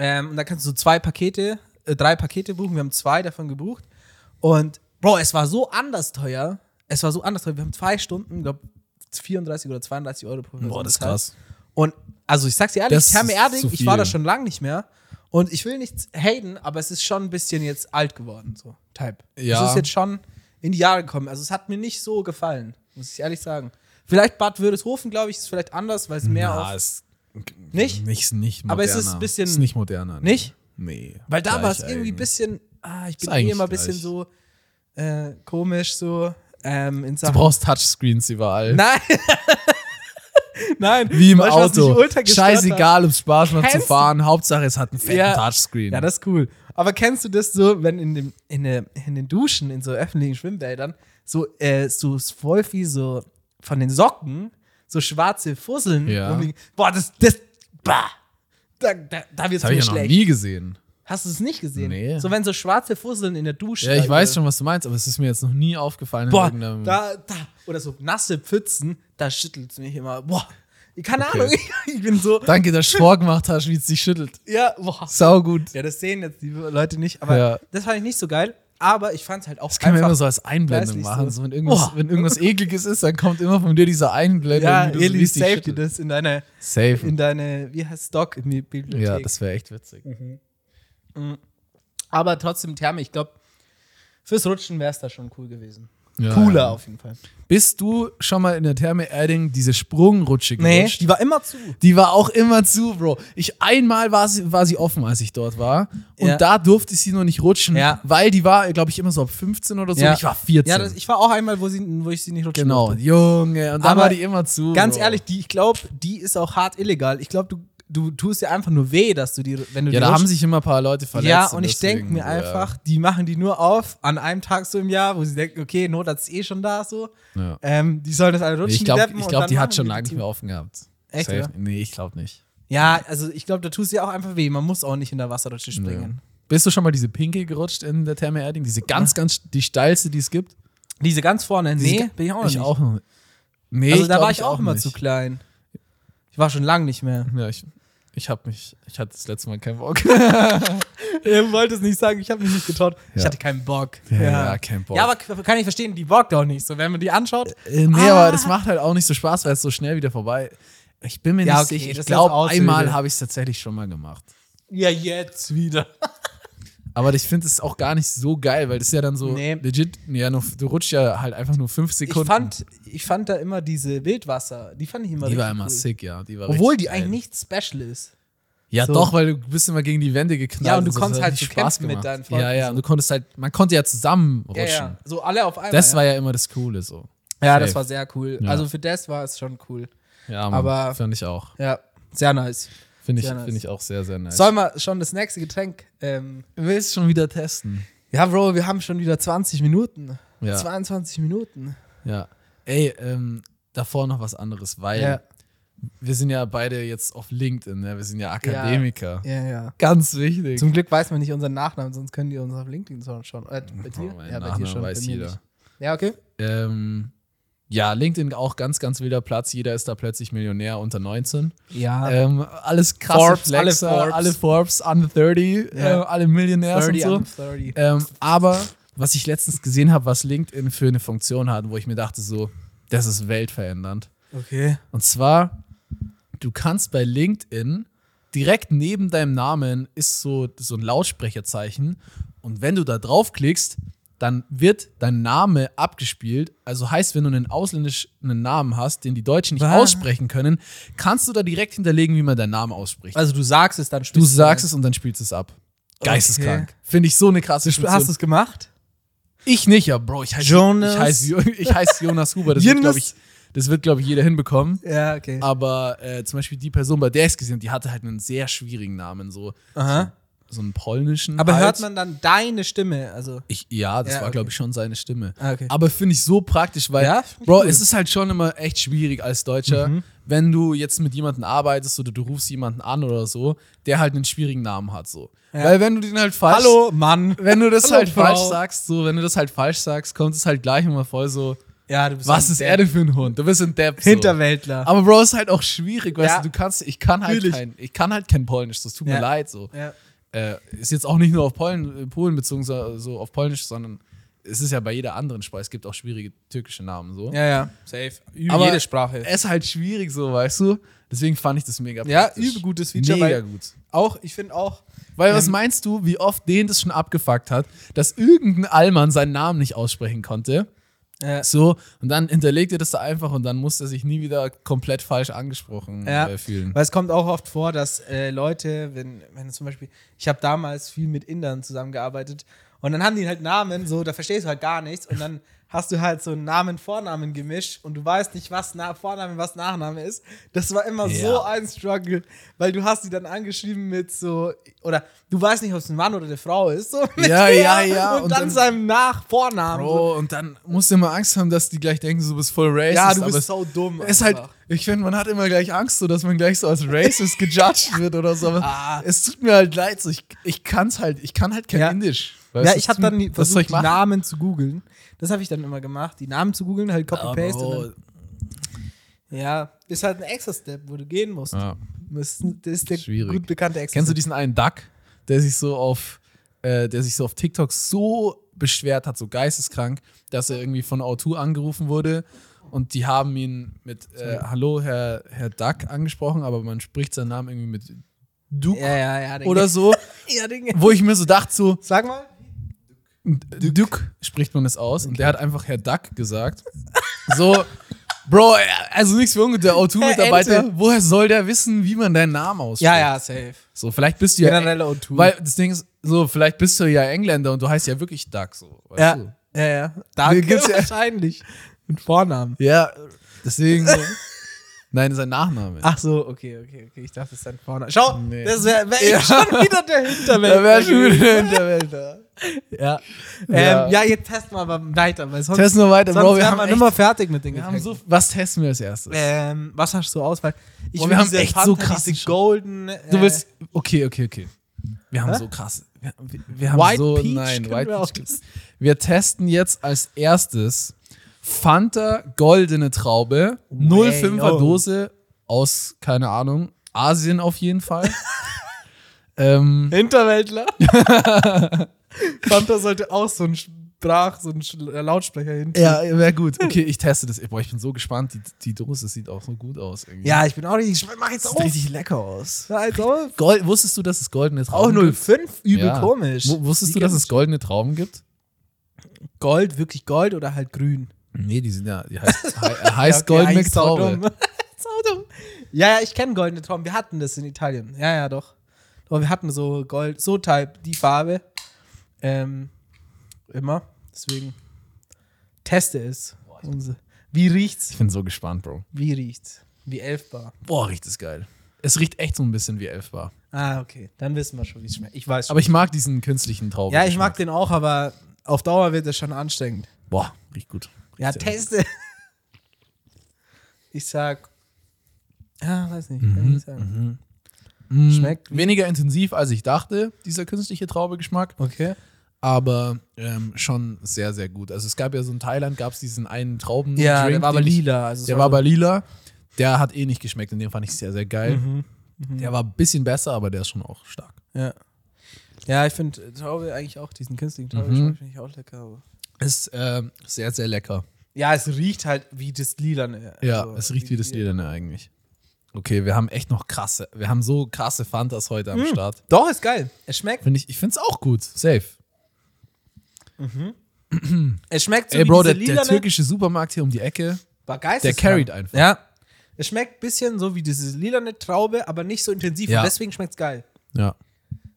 S2: Ähm, und da kannst du so zwei Pakete, äh, drei Pakete buchen. Wir haben zwei davon gebucht. Und Bro, es war so anders teuer. Es war so anders teuer. Wir haben zwei Stunden, glaube 34 oder 32 Euro pro Person
S1: Boah, das ist
S2: bezahlt.
S1: krass.
S2: Und also ich sag's dir ehrlich,
S1: Das
S2: ich Therme
S1: ist
S2: Erding,
S1: zu
S2: ich war
S1: viel.
S2: da schon lange nicht mehr. Und ich will nichts haten, aber es ist schon ein bisschen jetzt alt geworden, so Type.
S1: Ja.
S2: Es ist jetzt schon in die Jahre gekommen. Also es hat mir nicht so gefallen, muss ich ehrlich sagen. Vielleicht Bad Würdeshofen, glaube ich, ist vielleicht anders, weil es mehr
S1: Na,
S2: auf.
S1: ist
S2: Nicht?
S1: nicht, nicht moderner.
S2: Aber es ist ein bisschen-
S1: Ist nicht moderner. nee.
S2: Nicht?
S1: Nee.
S2: Weil da
S1: gleich
S2: war es irgendwie ein
S1: eigentlich.
S2: bisschen, ah, ich bin
S1: Ist
S2: eh
S1: eigentlich
S2: immer ein bisschen
S1: gleich.
S2: so äh, komisch, so ähm, in
S1: Du
S2: Sachen.
S1: brauchst Touchscreens überall.
S2: Nein! <laughs> Nein,
S1: Wie im
S2: weißt du, was mich
S1: Auto.
S2: ultra gestört hat?
S1: Scheißegal, ob es Spaß macht zu
S2: Kennst du-
S1: fahren. Hauptsache, es hat einen fetten
S2: Ja.
S1: Touchscreen.
S2: Ja, das ist cool. Aber kennst du das so, wenn in, dem, in, der, in den Duschen, in so öffentlichen Schwimmbädern, so, äh, so voll viel so von den Socken, so schwarze Fusseln
S1: Ja.
S2: rumliegen? Boah, das, das, bah, da, da, da wird's
S1: das habe
S2: mir
S1: ich ja noch
S2: schlecht.
S1: nie gesehen.
S2: Hast du es nicht gesehen?
S1: Nee.
S2: So, wenn so schwarze Fusseln in der Dusche.
S1: Ja, ich
S2: also-
S1: weiß schon, was du meinst, aber es ist mir jetzt noch nie aufgefallen. in
S2: Boah,
S1: irgendeinem-
S2: da, da, oder so nasse Pfützen, da schüttelt's mich immer. Boah, keine
S1: Okay.
S2: Ahnung, <laughs> ich bin so,
S1: Danke, dass du Sport gemacht hast, wie es dich schüttelt.
S2: ja, boah.
S1: Sau gut.
S2: Ja, das sehen jetzt die Leute nicht, aber
S1: Ja.
S2: das fand ich nicht so geil. Aber ich fand's halt auch
S1: Das kann man
S2: einfach
S1: immer so als Einblendung
S2: preislich
S1: machen.
S2: so.
S1: So, wenn, irgendwas,
S2: Boah.
S1: wenn irgendwas ekliges ist, dann kommt immer von dir diese Einblendung.
S2: Ja,
S1: wie du
S2: Eli,
S1: so richtig
S2: save dir
S1: schüttelst.
S2: das in deine, in
S1: Safe.
S2: deine, wie heißt Stock in die Bibliothek. Mhm.
S1: Ja, das wäre echt witzig.
S2: Aber trotzdem, Therme, ich glaube, fürs Rutschen wäre es da schon cool gewesen.
S1: Ja,
S2: Cooler
S1: ja.
S2: auf jeden Fall.
S1: Bist du schon mal in der Therme Erding diese Sprungrutsche gerutscht?
S2: die war immer zu.
S1: Die war auch immer zu, Bro. Ich einmal war sie, war sie offen, als ich dort war. Und
S2: Ja.
S1: da durfte ich sie noch nicht rutschen,
S2: Ja.
S1: weil die war, glaube ich, immer so ab 15 oder so.
S2: Ja.
S1: Ich war 14.
S2: Ja, das, ich war auch einmal, wo, sie, wo ich sie nicht rutschen
S1: Genau,
S2: durfte.
S1: Junge. Und da
S2: Aber
S1: war die immer zu.
S2: Ganz
S1: Bro.
S2: ehrlich, die, ich glaube, die ist auch hart illegal. Ich glaube, du, du tust dir einfach nur weh, dass du die, wenn du
S1: Ja,
S2: die
S1: da haben
S2: rutschst-
S1: sich immer ein paar Leute verletzt.
S2: Ja, und ich
S1: deswegen,
S2: denke mir
S1: ja.
S2: einfach, die machen die nur auf an einem Tag so im Jahr, wo sie denken, okay, Not hat's eh schon da so.
S1: Ja.
S2: Ähm, die sollen das alle rutschen.
S1: Ich
S2: die,
S1: glaube,
S2: Deppen,
S1: ich
S2: und
S1: glaub,
S2: dann
S1: die
S2: machen
S1: hat schon
S2: die
S1: lange
S2: das
S1: nicht mehr offen gehabt.
S2: Echt,
S1: Safe.
S2: oder?
S1: Nee, ich glaube nicht.
S2: Ja, also ich glaube, da tust du ja auch einfach weh. Man muss auch nicht in der Wasserrutsche
S1: Nee.
S2: springen.
S1: Bist du schon mal diese Pinke gerutscht in der Therme Erding? Diese ganz, ganz, die steilste, die es gibt?
S2: Diese ganz vorne,
S1: Diese
S2: nee,
S1: ga-
S2: bin ich auch noch
S1: ich
S2: nicht.
S1: Auch noch. Nee,
S2: also da
S1: glaub,
S2: war ich auch immer
S1: nicht.
S2: zu klein. Ich war schon lang
S1: <laughs>
S2: nicht mehr.
S1: Ja, ich, ich habe mich, ich hatte das letzte Mal keinen
S2: <laughs>
S1: Bock. <laughs>
S2: Ihr wollt es nicht sagen, ich habe mich nicht getraut. Ich
S1: Ja.
S2: hatte keinen Bock.
S1: Ja, ja, kein Bock.
S2: Ja, aber k- kann ich verstehen, die bockt auch nicht. So, wenn man die anschaut,
S1: Äh, nee,
S2: Ah.
S1: aber das macht halt auch nicht so Spaß, weil es so schnell wieder vorbei Ich bin mir
S2: Ja,
S1: nicht
S2: okay,
S1: sicher.
S2: das
S1: Ich
S2: ist
S1: glaube,
S2: Ausrede.
S1: einmal habe ich es tatsächlich schon mal gemacht.
S2: ja, jetzt wieder.
S1: Aber ich finde es auch gar nicht so geil, weil das ist ja dann so
S2: Nee.
S1: legit, nee, ja, nur, du rutschst ja halt einfach nur fünf
S2: Ich
S1: Sekunden.
S2: fand, ich fand da immer diese Wildwasser, die fand ich immer
S1: die war
S2: richtig
S1: immer
S2: cool.
S1: sick, ja. Die war
S2: Obwohl
S1: richtig
S2: die
S1: geil.
S2: eigentlich nicht special ist.
S1: Ja,
S2: So.
S1: doch, weil du bist immer gegen die Wände geknallt.
S2: Ja, und du
S1: so,
S2: konntest
S1: das hat
S2: halt
S1: richtig
S2: so kämpfen mit
S1: gemacht.
S2: deinen Freunden
S1: Ja, ja,
S2: so.
S1: und du konntest halt, man konnte ja zusammenrutschen.
S2: Ja, ja. So alle auf einmal.
S1: Das
S2: ja.
S1: war ja immer das Coole so.
S2: ja, das
S1: safe.
S2: war sehr cool.
S1: Ja.
S2: Also für das war es schon cool.
S1: Ja, Mann,
S2: Aber-
S1: fand ich auch.
S2: Ja, sehr nice.
S1: Finde ich,
S2: Sehr nice.
S1: finde ich auch sehr, sehr nice.
S2: Sollen wir schon das nächste Getränk? Ähm,
S1: willst schon wieder testen?
S2: ja, Bro, wir haben schon wieder 20 Minuten.
S1: Ja.
S2: 22 Minuten.
S1: Ja. Ey, ähm, davor noch was anderes, weil
S2: Ja.
S1: wir sind ja beide jetzt auf LinkedIn, ne? wir sind ja Akademiker.
S2: Ja, ja.
S1: Ganz wichtig.
S2: Zum Glück weiß man nicht unseren Nachnamen, sonst können die uns auf LinkedIn so- schon. Äh, bei dir?
S1: Oh, mein
S2: ja, bei dir
S1: Nachname
S2: schon.
S1: weiß
S2: bei mir
S1: jeder.
S2: nicht. Ja, okay.
S1: ähm, ja, LinkedIn auch ganz, ganz wilder Platz. Jeder ist da plötzlich Millionär unter 19.
S2: Ja.
S1: Ähm, alles krasse
S2: Ah. Forbes, alle
S1: Flexer,
S2: Forbes.
S1: alle Forbes, under 30,
S2: Ja.
S1: äh, alle Millionärs
S2: 30
S1: und so.
S2: am 30.
S1: Ähm, aber was ich letztens gesehen habe, was LinkedIn für eine Funktion hat, wo ich mir dachte, so, das ist weltverändernd.
S2: Okay.
S1: Und zwar, du kannst bei LinkedIn direkt neben deinem Namen ist so, so ein Lautsprecherzeichen. Und wenn du da draufklickst, dann wird dein Name abgespielt. Also heißt, wenn du einen ausländischen Namen hast, den die Deutschen nicht
S2: Was?
S1: aussprechen können, kannst du da direkt hinterlegen, wie man deinen Namen ausspricht.
S2: Also du sagst es dann
S1: du sagst es und dann spielst du es ab. Geisteskrank. Finde ich so eine krasse Funktion.
S2: Hast du es gemacht?
S1: Ich nicht, ja, Bro. Ich heiße
S2: Jonas.
S1: Ich heiße, Jo- <laughs> ich heiße Jonas Huber. Das wird,
S2: Jonas.
S1: glaube ich, das wird, glaub ich, jeder hinbekommen.
S2: Ja, okay.
S1: Aber äh, zum Beispiel die Person, bei der ich es gesehen habe, die hatte halt einen sehr schwierigen Namen, so,
S2: Aha.
S1: so einen polnischen.
S2: Aber
S1: halt.
S2: hört man dann deine Stimme? Also.
S1: Ich, ja, das
S2: Ja,
S1: war,
S2: okay.
S1: glaube ich, schon seine Stimme.
S2: Ah, okay.
S1: Aber finde ich so praktisch, weil,
S2: Ja, find ich
S1: Bro,
S2: cool. Mhm.
S1: es ist halt schon immer echt schwierig als Deutscher, wenn du jetzt mit jemandem arbeitest oder du rufst jemanden an oder so, der halt einen schwierigen Namen hat, so. Weil wenn du den halt falsch
S2: Hallo, Mann.
S1: wenn du das
S2: Hallo,
S1: halt
S2: Frau.
S1: falsch sagst, so, wenn du das halt falsch sagst, kommt es halt gleich immer voll so,
S2: Ja, du bist
S1: was
S2: ein
S1: ist
S2: Depp.
S1: er denn für ein Hund? Du bist ein Depp. So.
S2: Hinterwäldler.
S1: Aber Bro, ist halt auch schwierig, weißt
S2: Ja.
S1: du, du kannst, ich kann halt
S2: Natürlich.
S1: kein, ich kann halt kein Polnisch, das tut
S2: Ja.
S1: mir leid, so.
S2: Ja.
S1: Äh, ist jetzt auch nicht nur auf Polen, äh, Polen bezogen, so so auf Polnisch, sondern es ist ja bei jeder anderen Sprache, es gibt auch schwierige türkische Namen, so.
S2: ja, ja. Safe. Übe
S1: Aber
S2: jede Sprache.
S1: Es ist halt schwierig, so, weißt du, deswegen fand ich das mega
S2: Ja,
S1: praktisch.
S2: übel gutes Feature,
S1: Mega
S2: weil-
S1: gut.
S2: Auch, ich finde auch.
S1: Weil was
S2: Ähm,
S1: meinst du, wie oft den das schon abgefuckt hat, dass irgendein Allmann seinen Namen nicht aussprechen konnte?
S2: Äh,
S1: So, und dann hinterlegt er das da einfach und dann muss er sich nie wieder komplett falsch angesprochen
S2: Ja,
S1: äh, fühlen.
S2: weil es kommt auch oft vor, dass äh, Leute, wenn, wenn zum Beispiel, ich habe damals viel mit Indern zusammengearbeitet und dann haben die halt Namen, so, da verstehst du halt gar nichts und dann hast du halt so einen Namen, Vornamen gemischt und du weißt nicht, was Na Vorname, was Nachname ist. Das war immer so
S1: Ja.
S2: ein Struggle, weil du hast die dann angeschrieben mit so, oder du weißt nicht, ob es ein Mann oder eine Frau ist. So, mit
S1: Ja,
S2: der
S1: ja, ja,
S2: Und,
S1: und
S2: dann,
S1: dann-
S2: seinem Nachvornamen. so.
S1: Bro, und dann musst du immer Angst haben, dass die gleich denken, so, du bist voll racist.
S2: Ja, du
S1: aber
S2: bist
S1: es-
S2: so dumm.
S1: ist halt,
S2: einfach.
S1: ich finde, man hat immer gleich Angst, so, dass man gleich so als
S2: <laughs>
S1: racist gejudged wird oder so. Aber
S2: Ah.
S1: es tut mir halt leid, so, ich, ich kann's halt, ich kann halt kein
S2: Ja.
S1: Indisch.
S2: ja, ich habe dann die-
S1: was soll
S2: versucht,
S1: ich
S2: die
S1: machen?
S2: Namen zu googeln. Das habe ich dann immer gemacht. Die Namen zu googeln, halt Copy-Paste. und
S1: Aber,
S2: dann- Ja, ist halt ein Extra-Step, wo du gehen musst.
S1: ja.
S2: Das ist- das ist der
S1: Schwierig.
S2: gut bekannte Extra-Step.
S1: Kennst du diesen einen Duck, der sich so auf, äh, der sich so auf TikTok so beschwert hat, so geisteskrank, dass er irgendwie von O2 angerufen wurde und die haben ihn mit äh, Hallo Herr Herr Duck angesprochen, aber man spricht seinen Namen irgendwie mit Duck
S2: Ja, ja, ja. den-
S1: oder so,
S2: <laughs> ja, den-
S1: wo ich mir so dachte so
S2: Sag mal.
S1: Duck spricht man es aus und der hat einfach Herr Duck gesagt. So Bro, also nichts für ungut, der
S2: Herr
S1: O2-Mitarbeiter,
S2: Ente.
S1: woher soll der wissen, wie man deinen Namen ausspricht?
S2: Ja, ja, safe.
S1: So, vielleicht bist du ja
S2: Generelle O2.
S1: Weil das Ding ist, so, vielleicht bist du ja Engländer und du heißt ja wirklich Duck, so. Weißt
S2: Ja,
S1: Du?
S2: ja, ja. Da
S1: Den
S2: gibt's
S1: gibt's
S2: ja
S1: ja-
S2: wahrscheinlich einen Vornamen.
S1: Ja, deswegen.
S2: <laughs>
S1: so. Nein, das ist ein Nachname.
S2: Ach so, okay, okay, okay. Ich dachte, das ist ein Vorname. Schau,
S1: Nee.
S2: das wäre wär
S1: Ja.
S2: ich schon wieder der Hinterwelt.
S1: Da wär schon wieder
S2: <laughs>
S1: der
S2: Hinterwälder.
S1: ja.
S2: Ähm, ja, jetzt testen wir aber weiter, weil sonst,
S1: Testen wir weiter, Bro. Wir
S2: sonst wären
S1: haben,
S2: wir
S1: echt,
S2: nimmer fertig mit den
S1: wir haben
S2: Getränken.
S1: so. Was testen wir als erstes?
S2: Ähm, was hast du zur Auswahl? Ich
S1: Boah,
S2: will
S1: wir haben
S2: diese
S1: echt
S2: Fanta,
S1: so krassen
S2: diese
S1: Sch-
S2: Golden. Äh,
S1: du willst. Okay, okay, okay. Wir haben
S2: Hä?
S1: so krass. Wir, wir- wir haben
S2: White
S1: so.
S2: Peach
S1: nein,
S2: können
S1: White
S2: wir auch
S1: Peach gibt's. Wir testen jetzt als erstes Fanta Goldene Traube, 05er
S2: yo.
S1: Dose aus, keine Ahnung, Asien auf jeden
S2: <laughs>
S1: Fall. ähm,
S2: Hinterwäldler. Fanta sollte auch so ein Sprach, so ein Sch- äh, Lautsprecher hin.
S1: <laughs> Ja, wäre gut. Okay, ich teste das. Boah, ich bin so gespannt. Die, die Dose sieht auch so gut aus. Irgendwie.
S2: Ja, ich bin auch richtig. Ich mach jetzt
S1: sieht
S2: auf.
S1: richtig lecker aus.
S2: Mach jetzt auf.
S1: Gold, wusstest du, dass es goldene
S2: Auch
S1: Trauben gibt?
S2: 05, übel
S1: Ja.
S2: komisch.
S1: Wu- Wusstest
S2: Die
S1: du, dass
S2: gibt's.
S1: es goldene Trauben gibt?
S2: Gold, wirklich Gold oder halt grün?
S1: Nee, die sind ja, die <laughs> heißt, hei- äh, heißt
S2: Ja, okay,
S1: goldene
S2: eigentlich <laughs>
S1: Traube.
S2: saudumm. Saudumm. Ja, ja, ich kenne goldene Trauben. Wir hatten das in Italien. Ja, ja, doch. Aber wir hatten so Gold, so Type, die Farbe. Ähm, immer. Deswegen teste es. Unse- Wie riecht's?
S1: Ich bin so gespannt, Bro.
S2: Wie riecht's? Wie elfbar.
S1: Boah, riecht es geil. Es riecht echt so ein bisschen wie Elfbar.
S2: Ah, okay. Dann wissen wir schon, wie es schmeckt. Ich weiß schon.
S1: Aber ich mag diesen künstlichen Trauben.
S2: ja, ich mag den auch, aber auf Dauer wird das schon anstrengend.
S1: Boah, riecht gut.
S2: Ja,
S1: Riecht sehr gut.
S2: teste. <laughs> Ich sag. Ja, weiß nicht. Kann ich
S1: Mhm,
S2: nicht sagen. Schmeckt. Wie,
S1: Weniger intensiv, als ich dachte, dieser künstliche Traubegeschmack.
S2: okay.
S1: Aber ähm, schon sehr, sehr gut. Also es gab ja so in Thailand, gab es diesen einen Trauben.
S2: Ja, der war aber
S1: den ich-
S2: lila. Also es
S1: Der war
S2: war so-
S1: aber lila. Der hat eh nicht geschmeckt und den fand ich sehr, sehr geil.
S2: Mhm.
S1: Der war ein bisschen besser, aber der ist schon auch stark.
S2: Ja. Ja, ich finde Traube eigentlich auch, diesen künstlichen
S1: Mhm.
S2: Traubengeschmack finde ich auch lecker. Aber
S1: Ist ähm, sehr, sehr lecker.
S2: ja, es riecht halt wie das Lilane.
S1: Ja,
S2: Also,
S1: es riecht wie das Leder eigentlich. Okay, wir haben echt noch krasse, wir haben so krasse Fantas heute
S2: Hm.
S1: am Start.
S2: Doch, ist geil. Es schmeckt.
S1: Find ich ich finde es auch gut. Safe.
S2: Es schmeckt so
S1: Ey,
S2: wie
S1: Bro,
S2: diese ne?
S1: der, der
S2: Lilane-
S1: türkische Supermarkt hier um die Ecke,
S2: War geisteskrank.
S1: der carried einfach.
S2: Ja. Es schmeckt ein bisschen so wie diese lilane Traube, aber nicht so intensiv.
S1: Ja.
S2: Und deswegen schmeckt es geil.
S1: Ja,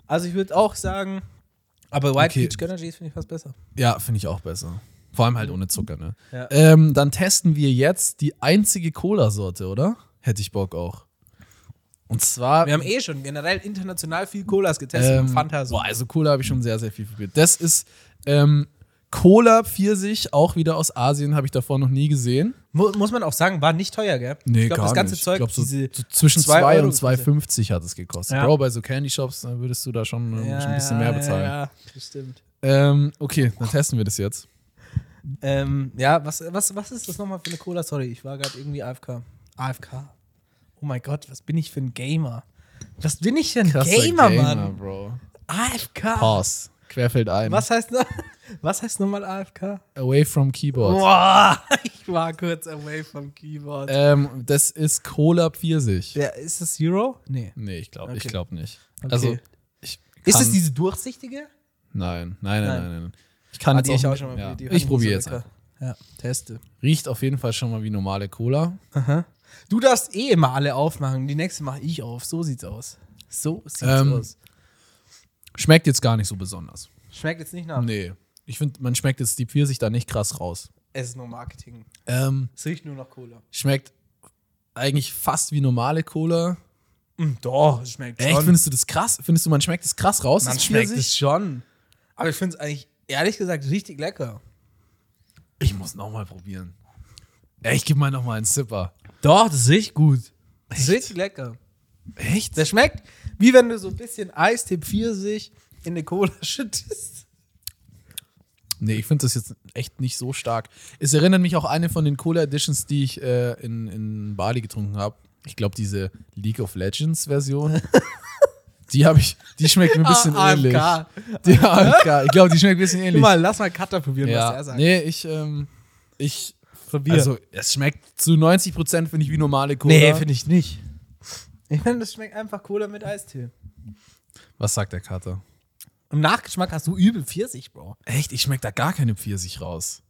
S2: Also ich würde auch sagen, aber White
S1: Okay.
S2: Peach Grenadines finde ich fast besser.
S1: ja finde ich auch besser. Vor allem halt ohne Zucker, ne?
S2: Ja.
S1: Ähm, dann testen wir jetzt die einzige Cola-Sorte, oder? Hätte ich Bock auch. Und zwar.
S2: Wir haben eh schon generell international viel Colas getestet
S1: ähm,
S2: und Fanta so.
S1: boah, also Cola habe ich schon sehr, sehr viel probiert. Das ist ähm, Cola Pfirsich, auch wieder aus Asien, habe ich davor noch nie gesehen.
S2: Mu muss man auch sagen, war nicht teuer, gell? ich glaube, das ganze Zeug,
S1: ich glaub, so,
S2: diese
S1: so zwischen
S2: zwei
S1: 2
S2: Euro
S1: und
S2: diese-
S1: 2,50 hat es gekostet.
S2: Ja.
S1: Bro, bei so Candy Shops dann würdest du da schon, äh, schon ein bisschen mehr bezahlen.
S2: Ja, ja, das stimmt.
S1: Ähm, okay, dann testen wir das jetzt.
S2: Ähm, ja, was, was, was ist das nochmal für eine Cola? Sorry, ich war gerade irgendwie AFK. AFK. Oh mein Gott, was bin ich für ein Gamer? Was bin ich für ein Gamer, Mann?
S1: Bro.
S2: AFK.
S1: Pause. Querfeld ein.
S2: Was heißt, no- <laughs> was heißt nochmal AFK?
S1: Away from Keyboard.
S2: Boah, <laughs> ich war kurz away vom Keyboard.
S1: Ähm, das ist Cola Pfirsich.
S2: ja, ist das Zero? Nee.
S1: Nee, ich glaube ich
S2: Okay.
S1: glaub nicht.
S2: Okay.
S1: Also, ich
S2: Ist
S1: kann-
S2: es diese durchsichtige?
S1: Nein, nein, nein,
S2: Nein.
S1: nein. nein. Ich kann
S2: Ah,
S1: jetzt
S2: die ich
S1: auch,
S2: auch schon mal
S1: ja.
S2: probiert, die fand
S1: Ich
S2: ich
S1: probiere
S2: nicht
S1: jetzt halt.
S2: so
S1: einfach.
S2: lecker. Ja, teste.
S1: Riecht auf jeden Fall schon mal wie normale Cola.
S2: Du darfst eh immer alle aufmachen. Die nächste mache ich auf. So sieht's aus. So sieht's
S1: Ähm.
S2: aus.
S1: Schmeckt jetzt gar nicht so besonders.
S2: Schmeckt jetzt nicht nach.
S1: Nee. Ich finde, man schmeckt jetzt die Pfirsich da nicht krass raus.
S2: Es ist nur Marketing.
S1: Ähm,
S2: Es riecht nur nach Cola.
S1: schmeckt eigentlich fast wie normale Cola.
S2: Hm, doch, es schmeckt
S1: Echt? Findest du das krass? Findest du, man schmeckt es krass raus?
S2: Man
S1: das
S2: schmeckt
S1: Pfirsich?
S2: es schon. Aber ich finde es eigentlich, ehrlich gesagt, richtig lecker.
S1: Ich muss nochmal probieren. Ey, ich gebe mal nochmal einen Zipper.
S2: Doch, das riecht gut. Das riecht lecker.
S1: Echt?
S2: Das schmeckt, wie wenn du so ein bisschen Eistee Pfirsich in eine Cola <laughs> schüttest.
S1: Nee, ich finde das jetzt echt nicht so stark. Es erinnert mich auch an eine von den Cola Editions, die ich äh, in, in Bali getrunken habe. Ich glaube, diese League of Legends
S2: <laughs>
S1: Version. die habe ich, die schmeckt mir ein bisschen
S2: Ah,
S1: ähnlich.
S2: AFK.
S1: Die AFK. Ich glaube, die schmeckt ein bisschen ähnlich.
S2: Mal, lass mal Cutter probieren, was
S1: ja.
S2: er sagt.
S1: Nee, ich, ähm, ich,
S2: Probier.
S1: also, es schmeckt zu 90 Prozent, finde ich, wie normale Cola.
S2: Nee, finde ich nicht. Ich finde, das schmeckt einfach Cola mit Eistee.
S1: Was sagt der Kater?
S2: Im Nachgeschmack hast du übel Pfirsich, Bro.
S1: Echt? Ich schmecke da gar keine Pfirsich raus.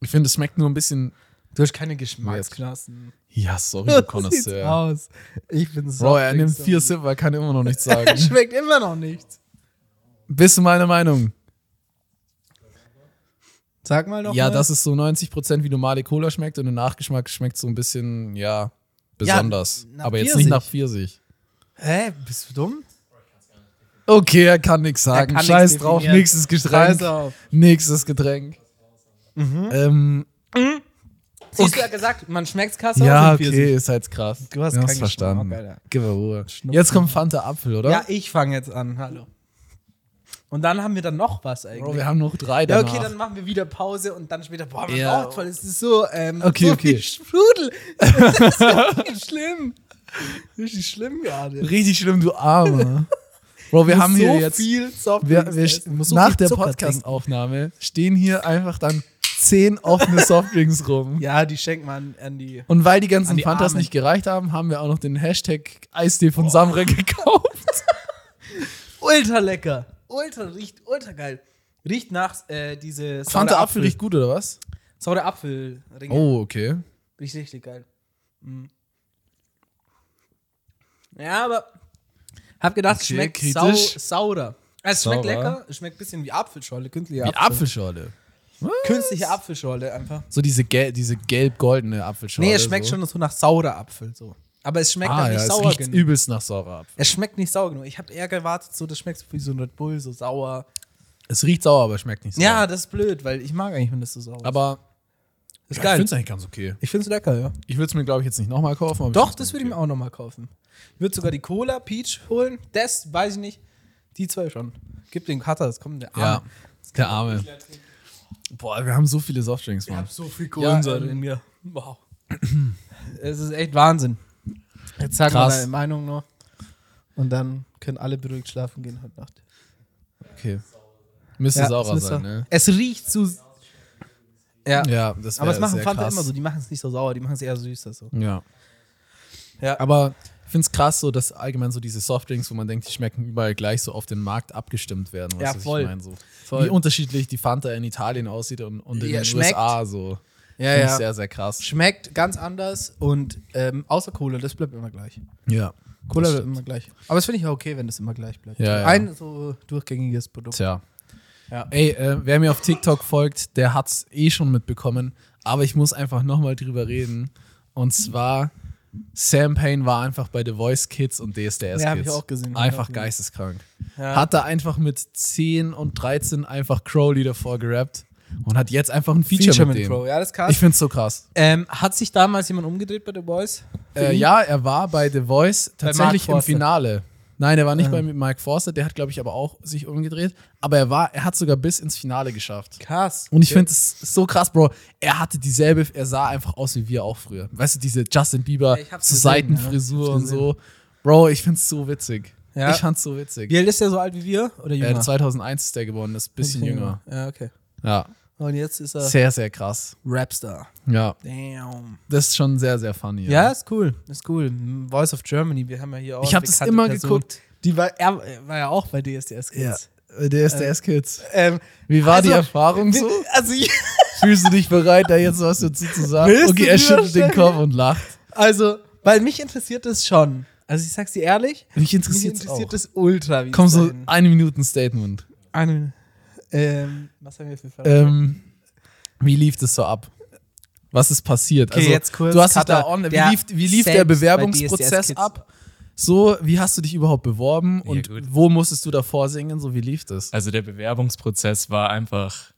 S1: Ich finde, es schmeckt nur ein bisschen.
S2: Du hast keine Geschmacksknospen.
S1: Ja,
S2: <laughs>
S1: sorry, du
S2: So sieht's
S1: Connoisseur.
S2: aus. Ich bin so.
S1: Bro, er nimmt
S2: fix.
S1: vier Sipper, kann immer noch nichts sagen.
S2: <laughs> Er <laughs> schmeckt immer noch nichts.
S1: Bist du meiner Meinung?
S2: Sag mal noch.
S1: ja,
S2: mal.
S1: das ist so 90% wie normale Cola schmeckt und im Nachgeschmack schmeckt so ein bisschen, ja, besonders.
S2: nach
S1: Aber jetzt
S2: Pfirsich.
S1: nicht nach Pfirsich.
S2: Hä, bist du dumm?
S1: Okay, er kann nichts
S2: Er
S1: sagen.
S2: kann
S1: Scheiß
S2: nichts
S1: drauf,
S2: definieren.
S1: nächstes
S2: Scheiß Mhm.
S1: Getränk.
S2: auf.
S1: Nächstes Getränk. Ähm,
S2: Siehst du ja gesagt, man schmeckt's krass
S1: ja,
S2: aus dem Pfirsich.
S1: okay, ist halt krass.
S2: Du hast
S1: Wir
S2: keinen
S1: haben's verstanden.
S2: Geschmack, Alter.
S1: Gib mir Ruhe.
S2: Schnupfen.
S1: Jetzt kommt Fanta Apfel, oder?
S2: Ja, ich fange jetzt an. Hallo. Und dann haben wir dann noch was eigentlich.
S1: Bro, wir haben noch drei
S2: ja,
S1: danach.
S2: okay, dann machen wir wieder Pause und dann später. Boah, man
S1: Ja.
S2: braucht voll. Es ist so, ähm,
S1: Okay,
S2: so
S1: okay.
S2: viel Sprudel. <laughs> Das ist richtig schlimm. Richtig schlimm gerade.
S1: Richtig schlimm, du
S2: <laughs>
S1: Arme. Bro, wir haben
S2: so
S1: hier jetzt.
S2: viel
S1: Wir,
S2: Softdrinks
S1: wir,
S2: essen, muss so
S1: nach
S2: viel
S1: der
S2: Zucker
S1: Podcast-Aufnahme stehen hier einfach dann
S2: <laughs>
S1: zehn offene Softdrinks rum.
S2: trinken. Ja, die schenkt man an die.
S1: Und weil die ganzen
S2: An die
S1: Fantas
S2: Armen.
S1: nicht gereicht haben, haben wir auch noch den Hashtag Eistee von Samre
S2: <laughs>
S1: gekauft.
S2: Ultra lecker. Ultra riecht ultra geil. Riecht nach äh, diese saure
S1: Fanta Apfel riecht gut, oder was?
S2: Saure Apfelringe.
S1: Oh, okay.
S2: Riecht richtig geil. Mhm. Ja, aber Hab gedacht,
S1: Okay,
S2: schmeckt sau,
S1: kritisch.
S2: saurer. Also, Es schmeckt
S1: Saurer.
S2: lecker, es schmeckt ein bisschen wie Apfelschorle, künstliche,
S1: Die
S2: Apfel
S1: Apfelschorle.
S2: künstliche Apfelschorle einfach.
S1: So diese, gel diese gelb-goldene Apfelschorle.
S2: Nee, es schmeckt
S1: so.
S2: schon so nach saurer Apfel so. Aber es schmeckt
S1: ah,
S2: halt
S1: ja,
S2: nicht
S1: es
S2: sauer
S1: riecht
S2: genug.
S1: übelst nach saurer Apfel.
S2: Es schmeckt nicht sauer genug. Ich habe eher gewartet, so das schmeckt so wie so ein Red Bull, so sauer.
S1: Es riecht sauer, aber schmeckt nicht sauer.
S2: Ja, das ist blöd, weil ich mag eigentlich, wenn das so sauer ist.
S1: aber
S2: ist
S1: ich halt-
S2: geil.
S1: finde es eigentlich ganz okay.
S2: Ich finde es lecker, ja.
S1: Ich würde es mir, glaube ich, jetzt nicht nochmal kaufen. Aber
S2: Doch,
S1: find's
S2: das
S1: ganz
S2: würde ich
S1: okay.
S2: mir auch nochmal kaufen. Ich würde sogar die Cola Peach holen. Das weiß ich nicht. Die zwei schon. Gib den Cutter, das kommt der
S1: Ja,
S2: Arme.
S1: der Arme. Boah, wir haben so viele Softdrinks, Mann.
S2: so viel
S1: Kohlensäure
S2: in mir. Wow. ähm, <clears throat> es ist echt Wahnsinn. Jetzt sagen wir
S1: Krass.
S2: deine Meinung noch. Und dann können alle beruhigt schlafen gehen heute Nacht.
S1: Okay. Müsste
S2: Ja,
S1: saurer
S2: es ist
S1: sein,
S2: so-
S1: ne?
S2: Es riecht zu. Ja.
S1: Ja, das
S2: Aber
S1: wär
S2: das machen
S1: sehr
S2: Fanta
S1: krass.
S2: immer so. Die machen es nicht so sauer, die machen es eher süß. Also.
S1: Ja.
S2: Ja.
S1: Aber ich finde es krass, so, dass allgemein so diese Softdrinks, wo man denkt, die schmecken überall gleich so auf den Markt abgestimmt werden. Weißt
S2: Ja,
S1: du, was
S2: voll.
S1: Ich mein, so.
S2: Voll.
S1: Wie unterschiedlich die Fanta in Italien aussieht und, und in
S2: Ja,
S1: den
S2: schmeckt.
S1: USA so.
S2: Ja,
S1: Finde
S2: ja.
S1: ich sehr, sehr krass.
S2: Schmeckt ganz anders und ähm, außer Cola, das bleibt immer gleich.
S1: Ja.
S2: Cola
S1: Das
S2: bleibt immer gleich. Aber das finde ich auch okay, wenn das immer gleich bleibt.
S1: Ja, ja.
S2: Ein so durchgängiges Produkt.
S1: Tja.
S2: Ja.
S1: Ey, äh, wer mir auf TikTok folgt, der hat's eh schon mitbekommen. Aber ich muss einfach nochmal drüber reden. Und zwar, Sam Payne war einfach bei The Voice Kids und DSDS Kids.
S2: Ja, hab ich auch gesehen, hab ich auch
S1: Einfach
S2: gesehen.
S1: geisteskrank.
S2: Ja.
S1: Hat da einfach mit 10 und 13 einfach Crowley davor gerappt und hat jetzt einfach ein Feature, mit denen.
S2: Pro. Ja, das ist
S1: Ich
S2: krass.
S1: find's so krass.
S2: Ähm, hat sich damals jemand umgedreht bei The Boys?
S1: Äh, ja, er war bei The Voice tatsächlich im
S2: Forster.
S1: Finale. Nein, er war nicht bei
S2: Ah.
S1: Mike Forster, der hat, glaube ich, aber auch sich umgedreht. Aber er war, er hat sogar bis ins Finale geschafft.
S2: Krass.
S1: Und ich finde es so krass, Bro. Er hatte dieselbe, er sah einfach aus wie wir auch früher. Weißt du, diese Justin Bieber
S2: Ja, ich hab's
S1: so
S2: gesehen,
S1: Seitenfrisur
S2: ja. Ich hab's
S1: und so. Bro, ich find's so witzig.
S2: Ja.
S1: Ich fand's so witzig.
S2: Wie alt ist der so alt wie wir? Oder jünger?
S1: Äh, 2001 ist der geworden, ist ein bisschen jünger.
S2: Ja, okay.
S1: Ja,
S2: Und jetzt ist er
S1: sehr, sehr krass.
S2: Rapstar.
S1: Ja,
S2: Damn.
S1: das ist schon sehr, sehr funny.
S2: Ja, ist cool. Ist cool. Voice of Germany, wir haben ja hier auch.
S1: Ich habe das
S2: bekannte
S1: immer
S2: Person.
S1: geguckt.
S2: Die war, er er war ja auch bei DSDS
S1: Ja.
S2: Kids.
S1: Der SDS Kids.
S2: Ähm,
S1: Wie war
S2: also,
S1: die Erfahrung so?
S2: Also, ich-
S1: Fühlst du dich bereit, da jetzt was dazu zu sagen?
S2: Willst
S1: okay,
S2: du
S1: er
S2: dir
S1: schüttelt den
S2: vorstellen?
S1: Kopf und lacht.
S2: <laughs> also, weil mich interessiert das schon. Also ich sag's dir ehrlich,
S1: Mich
S2: mich
S1: interessiert's
S2: interessiert
S1: auch.
S2: das ultra. Wie
S1: Komm,
S2: es
S1: so
S2: dahin-
S1: eine Minuten Statement.
S2: Eine, ähm, was haben wir für Fragen?
S1: Ähm, wie lief das so ab? Was ist passiert? Also,
S2: Okay, jetzt kurz,
S1: Du hast dich
S2: Cutter.
S1: da online.
S2: Der
S1: Wie lief, wie lief
S2: Sam
S1: der
S2: bei DSDS
S1: Bewerbungsprozess
S2: Kids.
S1: ab? So, wie hast du dich überhaupt beworben
S3: Ja,
S1: und
S3: gut.
S1: wo musstest du davor singen? So, wie lief das?
S3: Also der Bewerbungsprozess war einfach,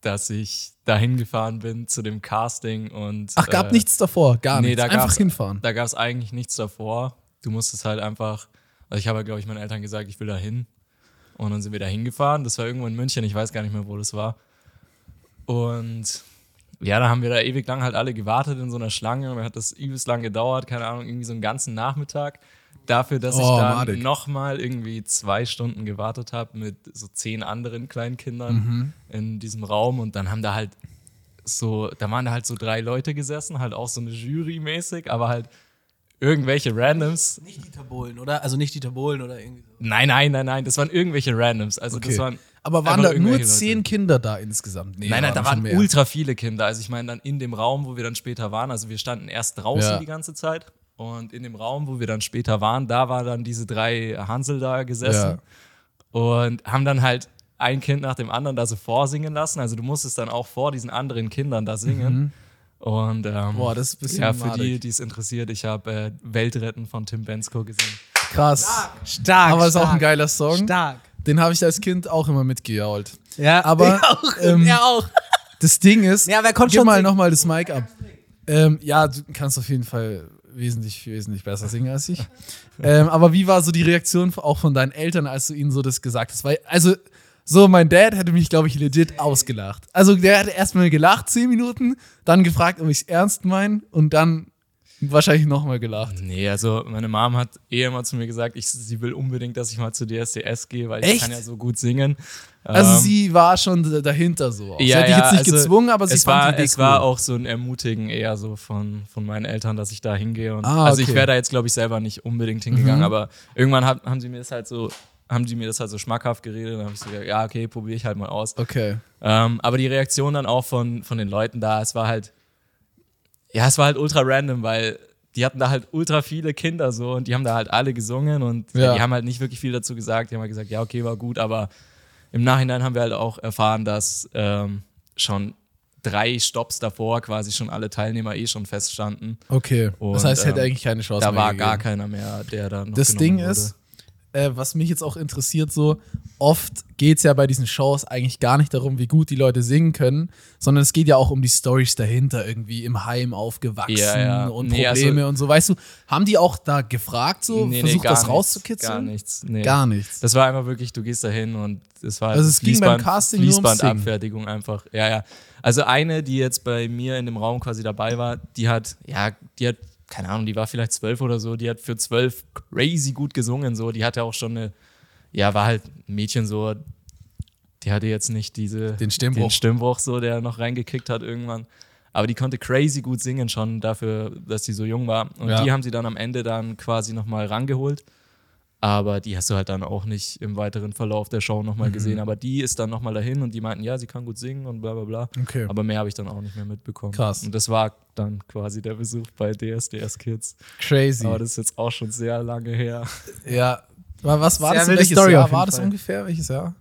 S3: dass ich dahin gefahren bin zu dem Casting und.
S1: Ach, gab nichts davor, gar
S3: äh, nee,
S1: nichts.
S3: da
S1: Einfach
S3: gab's-
S1: hinfahren.
S3: Da gab es eigentlich nichts davor. Du musstest halt einfach. Also ich habe, glaube ich, meinen Eltern gesagt, ich will da hin. Und dann sind wir da hingefahren. Das war irgendwo in München. Ich weiß gar nicht mehr, wo das war. Und ja, da haben wir da ewig lang halt alle gewartet in so einer Schlange. Mir hat das übelst lang gedauert. Keine Ahnung, irgendwie so einen ganzen Nachmittag. Dafür, dass
S1: Oh,
S3: ich dann
S1: madig.
S3: nochmal irgendwie zwei Stunden gewartet habe mit so zehn anderen Kleinkindern
S1: Mhm.
S3: in diesem Raum. Und dann haben da halt so, da waren da halt so drei Leute gesessen, halt auch so eine Jury mäßig, aber halt irgendwelche Randoms.
S2: nicht Dieter Bohlen, oder? Also nicht Dieter Bohlen oder irgendwie so.
S3: Nein, nein, nein, nein, das waren irgendwelche Randoms. Also das waren
S1: Aber waren
S3: einfach
S1: da nur
S3: irgendwelche
S1: zehn
S3: Leute.
S1: Kinder da insgesamt? Nee,
S3: Nein, nein, da
S1: schon
S3: waren
S1: mehr.
S3: ultra viele Kinder. Also ich meine dann in dem Raum, wo wir dann später waren, also wir standen erst draußen
S1: Ja.
S3: die ganze Zeit und in dem Raum, wo wir dann später waren, da waren dann diese drei Hansel da gesessen und haben dann halt ein Kind nach dem anderen da so vorsingen lassen. Also du musstest dann auch vor diesen anderen Kindern da singen. Und ähm,
S1: Mhm. Boah, das ist ein bisschen
S3: ja, für
S1: madig.
S3: die, die es interessiert, ich habe äh, Weltretten von Tim Bensko gesehen.
S1: Krass.
S2: Stark.
S1: Aber es ist auch ein
S2: stark,
S1: geiler Song.
S2: Stark.
S1: Den habe ich als Kind auch immer mitgejault. <laughs>
S2: Ja,
S1: Aber,
S2: ich auch.
S1: ähm,
S2: er auch.
S1: Das Ding ist,
S2: Ja, wer konnte
S1: gib
S2: schon
S1: mal
S2: singen?
S1: nochmal das Mic ab. Ähm, ja, du kannst auf jeden Fall wesentlich, wesentlich besser singen als
S2: <laughs>
S1: ich. ähm, aber wie war so die Reaktion auch von deinen Eltern, als du ihnen so das gesagt hast? Weil, also, so mein Dad hätte mich, glaube ich, legit ausgelacht. Also, der hätte erstmal gelacht, zehn Minuten, dann gefragt, ob ich es ernst meine und dann wahrscheinlich nochmal gelacht.
S3: Nee, also meine Mom hat eh immer zu mir gesagt, ich, sie will unbedingt, dass ich mal zu DSDS gehe, weil
S1: Echt?
S3: ich kann ja so gut singen.
S1: Also,
S3: Ähm,
S1: sie war schon d- dahinter so. auch. sie
S3: ja,
S1: hat dich
S3: ja,
S1: jetzt nicht
S3: also
S1: gezwungen, aber sie
S3: es
S1: fand
S3: war,
S1: die Idee
S3: Es
S1: cool.
S3: war auch so ein Ermutigen eher so von, von meinen Eltern, dass ich da hingehe. Und,
S1: Ah,
S3: Also
S1: okay. Mhm.
S3: ich wäre da jetzt, glaube ich, selber nicht unbedingt hingegangen, aber irgendwann hat, haben sie mir das halt so haben die mir das halt so schmackhaft geredet, dann habe ich so gesagt, ja, okay, probiere ich halt mal aus.
S1: Okay.
S3: Ähm, aber die Reaktion dann auch von, von den Leuten da, es war halt, ja, es war halt ultra random, weil die hatten da halt ultra viele Kinder so und die haben da halt alle gesungen und
S1: Ja.
S3: die haben halt nicht wirklich viel dazu gesagt. Die haben halt gesagt, ja, okay, war gut, aber im Nachhinein haben wir halt auch erfahren, dass ähm, schon drei Stops davor quasi schon alle Teilnehmer eh schon feststanden.
S1: Okay. das
S3: Und,
S1: heißt, hätte
S3: ähm,
S1: eigentlich keine Chance
S3: da
S1: mehr
S3: war
S1: gegeben.
S3: gar keiner mehr, der da noch
S1: Das
S3: genommen
S1: Ding
S3: wurde.
S1: ist, äh, was mich jetzt auch interessiert, so oft geht es ja bei diesen Shows eigentlich gar nicht darum, wie gut die Leute singen können, sondern es geht ja auch um die Stories dahinter, irgendwie im Heim aufgewachsen
S3: Ja, ja.
S1: und
S3: Nee, also-
S1: Probleme und so. Weißt du, haben die auch da gefragt, so
S3: Nee, nee,
S1: versucht
S3: gar
S1: das
S3: nichts,
S1: rauszukitzeln?
S3: Gar nichts. Nee.
S1: Gar nichts.
S3: Das war einfach wirklich, du gehst da hin und es war
S1: Also es ging beim Casting nur ums
S3: Fließbandabfertigung einfach. Ja, ja. Also eine, die jetzt bei mir in dem Raum quasi dabei war, die hat, ja, die hat, keine Ahnung, die war vielleicht zwölf oder so, die hat für zwölf crazy gut gesungen, so. Die hatte auch schon eine, ja, war halt ein Mädchen so, die hatte jetzt nicht diese,
S1: Den Stimmbruch.
S3: den Stimmbruch so, der noch reingekickt hat irgendwann. Aber die konnte crazy gut singen schon dafür, dass sie so jung war. Und
S1: Ja.
S3: die haben sie dann am Ende dann quasi nochmal rangeholt. Aber die hast du halt dann auch nicht im weiteren Verlauf der Show
S1: Mhm.
S3: nochmal gesehen. Aber die ist dann nochmal dahin und die meinten, ja, sie kann gut singen und bla bla bla.
S1: Okay.
S3: Aber mehr habe ich dann auch nicht mehr mitbekommen.
S1: Krass.
S3: Und das war dann quasi der Besuch bei DSDS Kids.
S1: Crazy.
S3: Aber das ist jetzt auch schon sehr
S1: <laughs>
S3: lange her.
S1: ja. Aber Was war
S2: Sehr
S1: das?
S2: wilde
S1: Welches
S2: Story auf
S1: Jahr
S2: jeden
S1: war das
S2: Fall.
S1: ungefähr? Welches Jahr?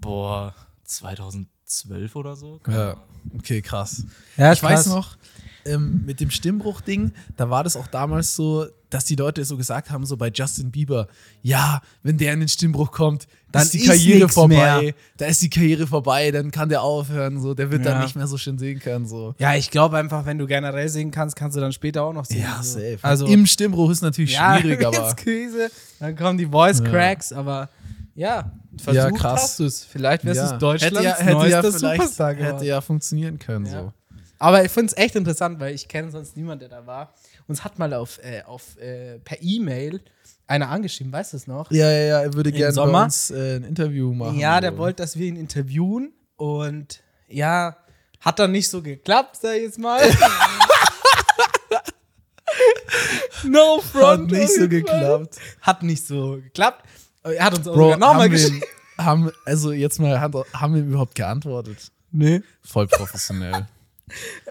S3: Boah, 2012 oder so?
S1: Ja. Okay, krass.
S2: Ja,
S1: ich weiß noch, ähm, mit dem Stimmbruch-Ding, da war das auch damals so, dass die Leute so gesagt haben, so bei Justin Bieber, ja, wenn der in den Stimmbruch kommt, dann
S2: Dann
S1: ist die
S2: ist
S1: Karriere
S2: nix
S1: vorbei,
S2: mehr.
S1: da ist die Karriere vorbei, dann kann der aufhören, so, der wird dann
S2: Ja.
S1: nicht mehr so schön singen können, so.
S2: Ja, ich glaube einfach, wenn du generell singen kannst, kannst du dann später auch noch singen. so.
S1: Also,
S2: Also
S1: Im Stimmbruch ist natürlich
S2: ja, <laughs>
S1: schwierig,
S2: wenn's
S1: aber
S2: Krise, dann kommen die Voice Cracks, aber ja, versucht
S1: Ja, krass.
S2: hast du es. Vielleicht wärst
S1: ja.
S2: du Deutschlands
S1: hätte ja, hätte ja
S2: neuester
S1: vielleicht
S2: Superstar geworden.
S1: hätte ja funktionieren können,
S2: Ja.
S1: so.
S2: Aber ich finde es echt interessant, weil ich kenne sonst niemanden, der da war. Uns hat mal auf, äh, auf äh, per E-Mail einer angeschrieben, weißt du es noch?
S1: Ja, ja, ja, er würde gerne bei
S2: Sommer?
S1: uns äh, ein Interview machen.
S2: Ja, der
S1: so.
S2: wollte, dass wir ihn interviewen und ja, hat dann nicht so geklappt, sag ich
S1: <laughs>
S2: jetzt mal. no
S1: Hat
S2: front.
S1: nicht
S2: auf
S1: so
S2: jeden
S1: geklappt.
S2: Fall. Hat nicht so geklappt. Er hat uns auch
S1: Bro,
S2: sogar nochmal
S1: haben
S2: geschrieben. <laughs>
S1: wir, <laughs> haben, also jetzt mal, Hand auf- haben wir ihm überhaupt geantwortet?
S2: Nee.
S1: Voll
S2: <laughs>
S1: professionell.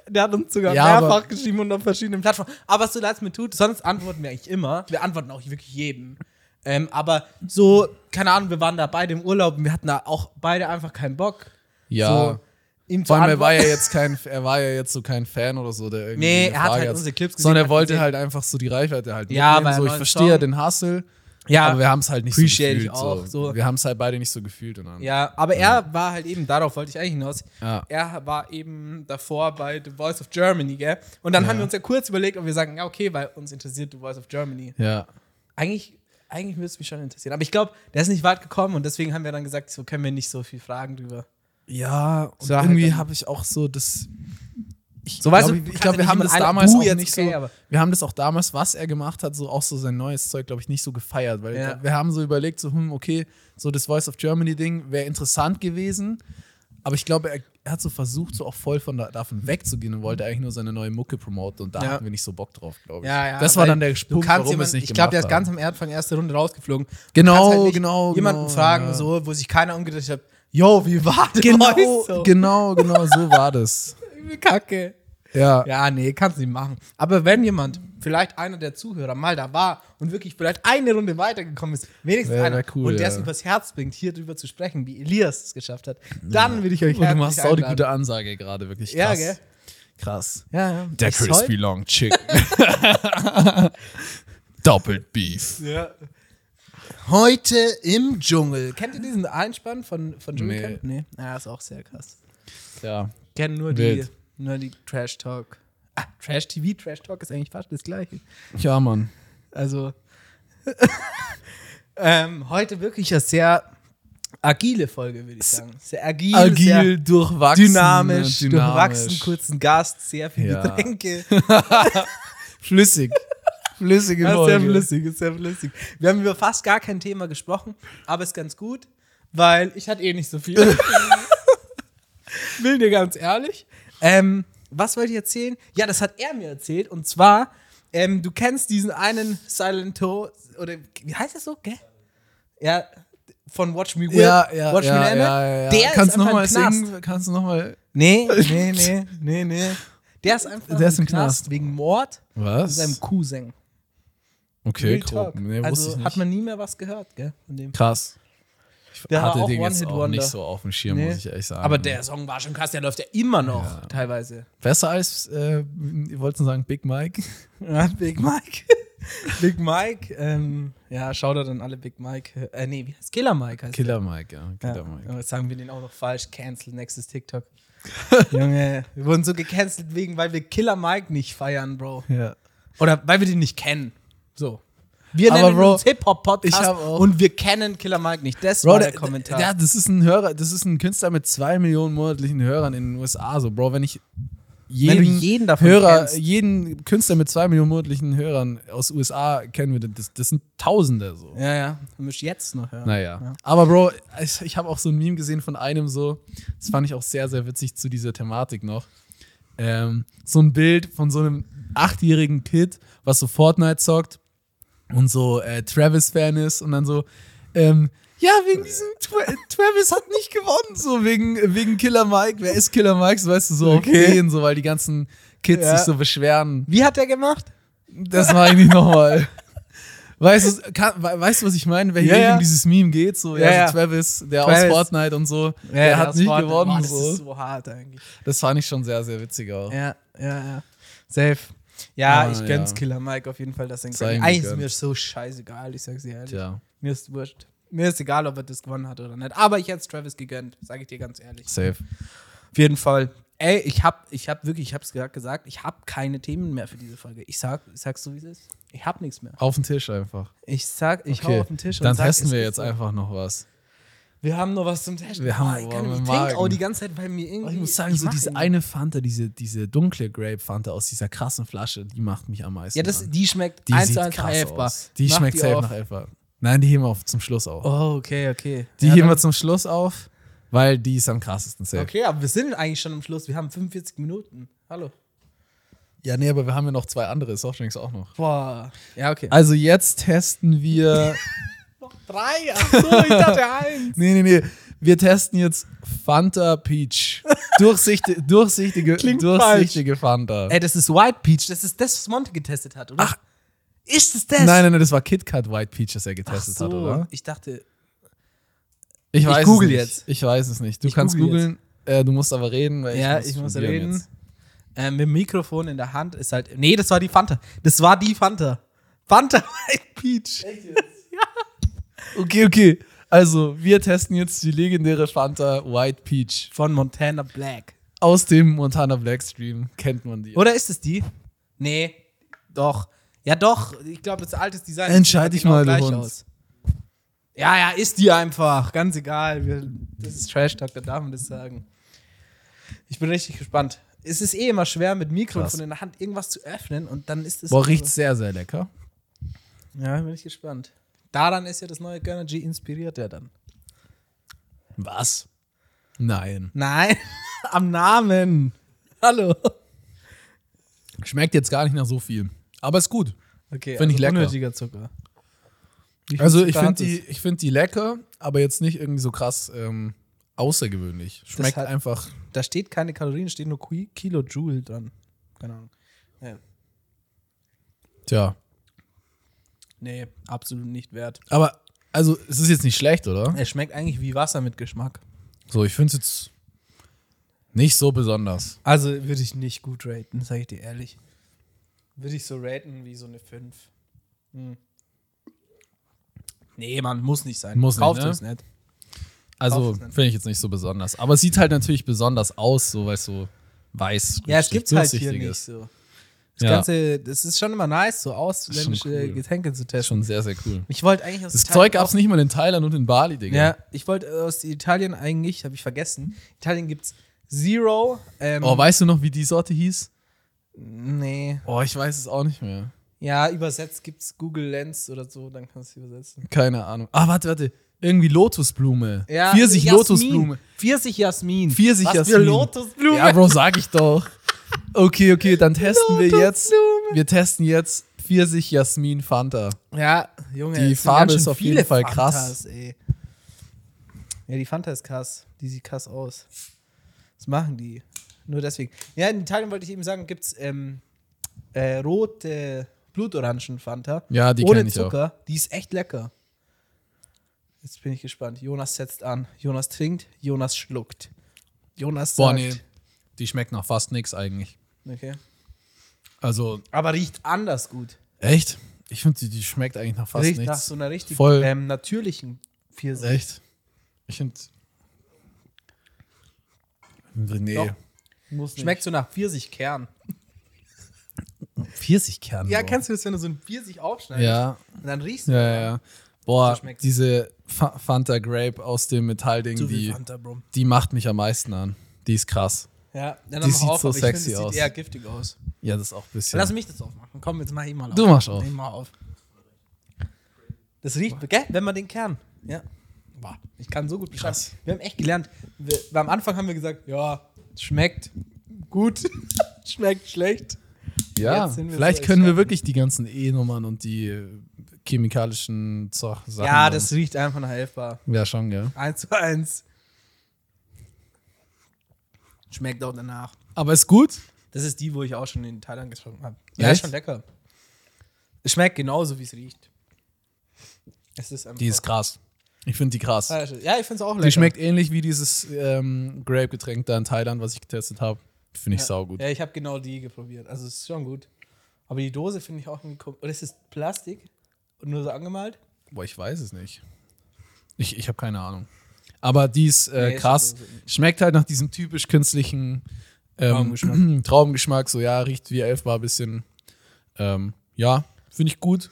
S2: Der hat uns sogar
S1: Ja, aber-
S2: mehrfach geschrieben und auf verschiedenen Plattformen. Aber was du leid mir tut, sonst antworten wir eigentlich immer. Wir antworten auch wirklich jedem. Ähm, aber so, keine Ahnung, wir waren da beide im Urlaub und wir hatten da auch beide einfach keinen Bock.
S1: ja.
S2: So, ihm zu
S1: Vor allem, er
S2: antworten.
S1: war ja jetzt kein, er war ja jetzt so kein Fan oder so, der irgendwie.
S2: Nee,
S1: eine
S2: er hat
S1: Frage
S2: halt unsere Clips gesehen,
S1: Sondern er
S2: hat
S1: wollte
S2: gesehen.
S1: halt einfach so die Reichweite halt.
S2: Ja,
S1: mitnehmen,
S2: bei
S1: so, ich
S2: neuen
S1: verstehe
S2: Song.
S1: den Hustle,
S2: Ja.
S1: aber wir haben es halt nicht so
S2: Appreciate ich
S1: gefühlt.
S2: auch, so.
S1: Wir haben es halt beide nicht so gefühlt. Und dann,
S2: Ja, aber er war halt eben, darauf wollte ich eigentlich hinaus,
S1: Ja.
S2: er war eben davor bei The Voice of Germany, gell? Und dann haben wir uns ja kurz überlegt, ob wir sagen, ja, okay, weil uns interessiert The Voice of Germany.
S1: ja.
S2: Eigentlich, eigentlich würde es mich schon interessieren. Aber ich glaube, der ist nicht weit gekommen und deswegen haben wir dann gesagt, so können wir nicht so viel fragen drüber.
S1: Ja, und
S2: So halt
S1: irgendwie
S2: dann-
S1: habe ich auch so das. Ich
S2: So, weißt
S1: glaube,
S2: du,
S1: ich
S2: kannst
S1: glaube,
S2: ja
S1: wir
S2: nicht
S1: haben
S2: mit
S1: das
S2: einer-
S1: damals
S2: Du
S1: auch
S2: jetzt,
S1: nicht
S2: okay,
S1: so.
S2: aber-
S1: Wir haben das auch damals, was er gemacht hat, so auch so sein neues Zeug, glaube ich, nicht so gefeiert, weil
S2: Ja.
S1: wir haben so überlegt, so hm, okay, so das Voice of Germany Ding wäre interessant gewesen, aber ich glaube, er, er hat so versucht, so auch voll von da, davon wegzugehen und wollte eigentlich nur seine neue Mucke promoten und da
S2: Ja.
S1: hatten wir nicht so Bock drauf, glaube ich.
S2: Ja, ja,
S1: das war
S2: weil
S1: dann der
S2: du
S1: Punkt, warum
S2: kannst
S1: wir es
S2: jemanden-
S1: nicht
S2: Ich glaube, der
S1: gemacht
S2: ist ganz <laughs>
S1: haben.
S2: am Anfang erste Runde rausgeflogen. Du
S1: Genau,
S2: kannst halt nicht
S1: genau,
S2: Jemanden
S1: genau,
S2: fragen,
S1: ja.
S2: so, wo sich keiner umgedreht hat, yo, wie war das?
S1: Genau,
S2: so?
S1: genau, genau, so war das.
S2: Kacke.
S1: Ja,
S2: Ja, nee, kannst nicht machen. Aber wenn jemand, vielleicht einer der Zuhörer mal da war und wirklich vielleicht eine Runde weitergekommen ist, wenigstens
S1: Wär- wär
S2: einer,
S1: cool,
S2: und der
S1: ja.
S2: es übers Herz bringt, hier drüber zu sprechen, wie Elias es geschafft hat, dann will ich euch
S1: und du
S2: herzlich
S1: machst auch die
S2: einladen.
S1: gute Ansage gerade, wirklich krass.
S2: Ja, gell?
S1: Krass.
S2: Ja, ja.
S1: Der
S2: Ich
S1: Crispy
S2: soll-
S1: Long <laughs> Chicken. Doppelt Beef.
S2: Ja. Heute im Dschungel. Kennt ihr diesen Einspann von, von Dschungelcamp? Nee. Ja, ist auch sehr krass.
S1: Ja.
S2: Kennen nur
S1: Wild.
S2: die, nur die Trash Talk. Ah, Trash TV, Trash Talk ist eigentlich fast das gleiche.
S1: Ja, Mann.
S2: Also <laughs> ähm, heute wirklich eine sehr agile Folge, würde ich sagen. Sehr agil,
S1: Agil,
S2: sehr
S1: durchwachsen. ne?
S2: dynamisch,
S1: dynamisch.
S2: durchwachsen, kurzen Gast, sehr viel
S1: Ja.
S2: Getränke.
S1: Flüssig. <laughs> Flüssige
S2: Ja, ist
S1: Folge.
S2: sehr flüssig, ist sehr flüssig. Wir haben über fast gar kein Thema gesprochen, aber ist ganz gut, weil ich hatte eh nicht so
S1: <laughs>
S2: viel. Will dir ganz ehrlich. Ähm, was wollte ich erzählen? Ja, das hat er mir erzählt und zwar, ähm, du kennst diesen einen Silent Hill oder wie heißt das so? Gell? Ja, von Watch Me Will.
S1: Ja, ja,
S2: Watch Me
S1: ja,
S2: Lana.
S1: ja, ja, ja.
S2: Der
S1: Kannst
S2: ist
S1: du
S2: einfach
S1: nochmal
S2: im Knast. <laughs>
S1: singen? Kannst du nochmal.
S2: Nee, nee, nee, nee, nee. Der ist einfach
S1: Der ist im Knast.
S2: wegen Mord an
S1: Was?
S2: seinem Cousin.
S1: Okay,
S2: Real Talk.
S1: grob. Nee, wusste ich
S2: also
S1: nicht. Ähm.
S2: hat man nie mehr was gehört, gell? Von dem.
S1: Krass. Ich
S2: Der war
S1: hatte
S2: auch
S1: den jetzt auch
S2: One-Hit-Wonder.
S1: nicht so auf dem Schirm,
S2: Nee.
S1: muss ich ehrlich sagen.
S2: Aber der Song war schon krass, der läuft ja immer noch teilweise. <laughs>
S1: Besser als, äh, ihr wollt sagen, Big Mike?
S2: Ja, Big Mike. <laughs> Big Mike, ähm, ja, schaut da dann alle Big Mike. Äh, nee, wie heißt Killer Mike heißt
S1: Killer Mike, ja.
S2: der.
S1: Killer
S2: ja.
S1: Mike.
S2: Aber Jetzt sagen wir den auch noch falsch. Cancel nächstes TikTok. <laughs> Junge, wir wurden so gecancelt wegen, weil wir Killer Mike nicht feiern, Bro.
S1: Ja.
S2: Oder weil wir den nicht kennen. So. Wir
S1: Aber
S2: nennen
S1: Bro,
S2: uns Hip-Hop-Podcast
S1: ich hab auch-
S2: und wir kennen Killer Mike nicht. Das
S1: Bro,
S2: war
S1: der,
S2: der Kommentar.
S1: Ja, das ist ein Hörer, das ist ein Künstler mit zwei Millionen monatlichen Hörern in den USA. So, Bro, wenn ich jeden,
S2: du jeden davon
S1: Hörer,
S2: kennst.
S1: jeden Künstler mit zwei Millionen monatlichen Hörern aus USA kennen würde, das, das sind Tausende so.
S2: ja, ja. Du musst jetzt noch hören.
S1: Naja. Aber Bro, ich, ich habe auch so ein Meme gesehen von einem so, das fand ich auch sehr, sehr witzig zu dieser Thematik noch. Ähm, so ein Bild von so einem achtjährigen Kid, was so Fortnite zockt und so äh, Travis-Fan ist und dann so, ähm, ja, wegen diesem Tra Travis hat nicht gewonnen, so wegen, wegen Killer Mike. Wer ist Killer Mike? So weißt du, so
S2: Okay.
S1: auf den, so, weil die ganzen Kids
S2: Ja.
S1: sich so beschweren.
S2: Wie hat er gemacht?
S1: Das mache ich nicht nochmal. Weißt du, kann, we- weißt du, was ich meine? Welche
S2: Ja, ja.
S1: Richtung dieses Meme geht? So, ja,
S2: Ja, ja.
S1: so Travis, der aus
S2: Travis.
S1: Fortnite und so, der, hat
S2: das
S1: nicht
S2: war-
S1: gewonnen.
S2: Boah, das
S1: so.
S2: ist so hart eigentlich.
S1: das fand ich schon sehr, sehr witzig auch.
S2: Ja, ja, ja. Safe. Ja,
S1: Ah,
S2: ich gönn's
S1: ja.
S2: Killer Mike auf jeden Fall, dass er ihn
S1: Sei
S2: gewinnt.
S1: ihm
S2: Eigentlich ist
S1: gegönnt.
S2: mir so scheißegal, ich sag's dir ehrlich.
S1: Tja,
S2: Mir ist wurscht. Mir ist egal, ob er das gewonnen hat oder nicht. Aber ich hätte Travis gegönnt, sage ich dir ganz ehrlich.
S1: safe.
S2: Auf jeden Fall. Ey, ich hab, ich hab wirklich, ich hab's gerade gesagt, ich hab keine Themen mehr für diese Folge. Ich sag, ich sag's so, wie es ist. Ich hab nichts mehr.
S1: Auf den Tisch einfach.
S2: Ich sag, ich hau auf den Tisch
S1: Dann
S2: und sag,
S1: testen
S2: es
S1: wir
S2: ist
S1: jetzt
S2: so.
S1: einfach noch was.
S2: Wir haben noch was zum Testen.
S1: Wir haben
S2: Boah, ich
S1: noch
S2: kann
S1: was
S2: nicht
S1: im
S2: trinken, auch
S1: Magen.
S2: die ganze Zeit bei mir irgendwie.
S1: Ich muss sagen, so
S2: mach
S1: diese
S2: irgendwie-
S1: eine Fanta, diese, diese dunkle Grape-Fanta aus dieser krassen Flasche, die macht mich am meisten.
S2: Ja, das,
S1: an.
S2: die schmeckt
S1: die
S2: 1
S1: sieht
S2: zu 1
S1: krass
S2: elfbar.
S1: aus. Die
S2: Mach
S1: schmeckt safe
S2: auf.
S1: nach Elfbar. Nein, die heben wir auf, zum Schluss auf.
S2: Oh, okay, okay.
S1: die
S2: Ja,
S1: heben wir
S2: dann-
S1: zum Schluss auf, weil die ist am krassesten safe.
S2: Okay, aber wir sind eigentlich schon am Schluss. Wir haben 45 Minuten. Hallo.
S1: Ja, nee, aber wir haben ja noch zwei andere Softdrinks auch noch.
S2: Boah. Ja, okay.
S1: Also jetzt testen
S2: <laughs>
S1: wir.
S2: Drei. Ach so,
S1: <laughs>
S2: ich dachte eins.
S1: nee, nee, nee. Wir testen jetzt Fanta Peach. Durchsichtige, durchsichtige,
S2: <laughs> Klingt Äh,
S1: durchsichtige Fanta.
S2: Ey, das ist White Peach. Das ist das, was Monte getestet hat, oder?
S1: Ach.
S2: Ist es das?
S1: Nein, nein, nein, das war KitKat White Peach, das er getestet
S2: so.
S1: hat, oder?
S2: Ich dachte,
S1: Ich
S2: Ich google
S1: es nicht.
S2: jetzt.
S1: Ich weiß es nicht. Du
S2: Ich
S1: kannst
S2: google
S1: googeln, äh, du musst aber reden. Weil
S2: ja,
S1: ich muss,
S2: ich muss
S1: probieren
S2: reden.
S1: Jetzt.
S2: Ähm, mit dem Mikrofon in der Hand ist halt. Nee, das war die Fanta. Das war die Fanta. Fanta <laughs> White Peach.
S1: Okay, okay. Also, wir testen jetzt die legendäre Fanta White Peach.
S2: Von Montana Black.
S1: Aus dem Montana Black Stream kennt man die.
S2: Oder ist es die? Nee, doch. Ja, doch. Ich glaube, das alte Design. sieht
S1: Entscheid
S2: halt
S1: dich
S2: genau
S1: mal, du
S2: gleich
S1: Hund.
S2: aus. Ja, ja, ist die einfach. Ganz egal. Wir, das ist Trash Talk, da darf man das sagen. Ich bin richtig gespannt. Es ist eh immer schwer, mit Mikrofon
S1: Krass.
S2: in der Hand irgendwas zu öffnen und dann ist es.
S1: Boah, riecht sehr, sehr lecker.
S2: Ja, bin ich gespannt. Daran ist ja das neue Gönnergy inspiriert ja dann.
S1: Was? Nein.
S2: Nein, <laughs> am Namen. Hallo.
S1: Schmeckt jetzt gar nicht nach so viel. Aber ist gut.
S2: Okay, also
S1: Find ich lecker.
S2: unnötiger Zucker. Wie viel
S1: Also ich
S2: Zucker
S1: finde
S2: hat es?
S1: die, ich find die lecker, aber jetzt nicht irgendwie so krass ähm, außergewöhnlich. Schmeckt
S2: hat-
S1: einfach.
S2: Da steht keine Kalorien, steht nur Qui- Kilojoule dran. Keine Ahnung. Ja.
S1: Tja.
S2: Nee, absolut nicht wert.
S1: Aber, also, es ist jetzt nicht schlecht, oder?
S2: Es schmeckt eigentlich wie Wasser mit Geschmack.
S1: So, ich finde es jetzt nicht so besonders.
S2: Also würde ich nicht gut raten, sage ich dir ehrlich. Würde ich so raten wie so eine 5. Hm. Nee, man, muss nicht sein.
S1: Muss nicht,
S2: Kauft
S1: ne?
S2: es nicht.
S1: Also,
S2: Kauf es nicht.
S1: finde ich jetzt nicht so besonders. Aber es sieht halt natürlich besonders aus, so, weil es so weiß
S2: Ja, es
S1: richtig
S2: gibt's halt hier
S1: durchsichtig
S2: nicht
S1: ist.
S2: so. Das
S1: Ja,
S2: Ganze, das ist schon immer nice, so ausländische
S1: schon cool.
S2: Getränke zu
S1: ist
S2: testen.
S1: schon sehr, sehr cool.
S2: Ich wollte eigentlich aus
S1: Das
S2: Italien
S1: Zeug
S2: auch-
S1: gab es nicht mal in Thailand und in Bali, Digga.
S2: Ja, ich wollte aus Italien eigentlich, habe ich vergessen. Italien gibt's Zero. Ähm,
S1: Oh, weißt du noch, wie die Sorte hieß?
S2: Nee.
S1: Oh, ich weiß es auch nicht mehr.
S2: Ja, übersetzt gibt's Google Lens oder so, dann kannst du übersetzen.
S1: Keine Ahnung. Ah, warte, warte. Irgendwie Lotusblume.
S2: Ja,
S1: Pfirsich
S2: Jasmin.
S1: Lotusblume.
S2: Pfirsich Jasmin.
S1: Pfirsich
S2: Was
S1: Jasmin.
S2: Für Lotusblume.
S1: Ja, Bro, sag ich doch. Okay, okay, dann testen wir jetzt. Wir testen jetzt Pfirsich Jasmin Fanta.
S2: Ja, Junge.
S1: Die
S2: es sind
S1: Farbe
S2: ganz
S1: ist
S2: schön
S1: auf jeden
S2: viele
S1: Fall krass.
S2: Fantas, Ey. Ja, die Fanta ist krass. Die sieht krass aus. Was machen die? Nur deswegen. Ja, in Italien wollte ich eben sagen, gibt es ähm, äh, rote Blutorangen-Fanta.
S1: Ja, die
S2: Ohne
S1: kenn ich auch.
S2: Zucker. Die ist echt lecker. Jetzt bin ich gespannt. Jonas setzt an. Jonas trinkt, Jonas schluckt. Jonas
S1: Boah,
S2: sagt.
S1: nee. Die schmeckt nach fast nichts eigentlich.
S2: Okay.
S1: Also,
S2: Aber riecht anders gut.
S1: echt? Ich finde, die, die schmeckt eigentlich nach fast
S2: riecht nach
S1: nichts.
S2: so einer richtig
S1: Voll.
S2: ähm, natürlichen Pfirsich.
S1: Echt? Ich finde. Nee.
S2: Doch.
S1: Muss
S2: Schmeckt so nach Pfirsichkern.
S1: Pfirsichkern.
S2: Ja,
S1: boah.
S2: kennst du das, wenn du so einen Pfirsich aufschneidest?
S1: Also. Ja,
S2: Und dann riechst du
S1: ja, ja. ja. Boah,
S2: So schmeckt's.
S1: diese Fa Fanta Grape aus dem Metallding,
S2: zu viel
S1: die,
S2: Fanta, Bro.
S1: die macht mich am meisten an. Die ist krass.
S2: Ja, dann
S1: Die
S2: mach
S1: sieht
S2: auf,
S1: so
S2: aber ich find,
S1: sexy
S2: das
S1: aus.
S2: Sieht eher giftig aus.
S1: Ja, das ist auch ein bisschen.
S2: Lass mich das aufmachen. Komm, jetzt mach ich mal auf.
S1: Du machst auf.
S2: Ich mach auf. Das riecht, gell? Wenn man den Kern. Ja. Boah, ich kann so gut beschreiben.
S1: Krass.
S2: Wir haben echt gelernt. Wir, weil am Anfang haben wir gesagt, ja, schmeckt gut, <laughs> schmeckt schlecht.
S1: ja,
S2: jetzt sind wir
S1: vielleicht
S2: so
S1: können wir wirklich die ganzen E-Nummern und die äh, chemikalischen Zo- Sachen.
S2: ja,
S1: dann-
S2: das riecht einfach nach elfbar.
S1: Ja, schon, gell.
S2: Eins zu eins. Schmeckt auch danach.
S1: Aber ist gut.
S2: Das ist die, wo ich auch schon in Thailand getrunken habe.
S1: Ja,
S2: Ja, ist
S1: echt?
S2: schon lecker. Es schmeckt genauso, wie es riecht. Es ist einfach.
S1: Die ist krass. Ich finde die krass.
S2: Ja, ich finde es auch lecker.
S1: Die schmeckt ähnlich wie dieses ähm, Grape-Getränk da in Thailand, was ich getestet habe. Finde ich
S2: ja.
S1: saugut.
S2: Ja, ich habe genau die geprobiert. Also es ist schon gut. Aber die Dose finde ich auch irgendwie komisch. Oder ist es Plastik und nur so angemalt?
S1: Boah, ich weiß es nicht. Ich, ich habe keine Ahnung. Aber die ist äh,
S2: Nee, ist
S1: krass.
S2: schon so.
S1: Schmeckt halt nach diesem typisch künstlichen ähm, Traubengeschmack. <clears throat>
S2: Traubengeschmack.
S1: So, ja, riecht wie Elfbar ein bisschen. Ähm, ja, finde ich gut.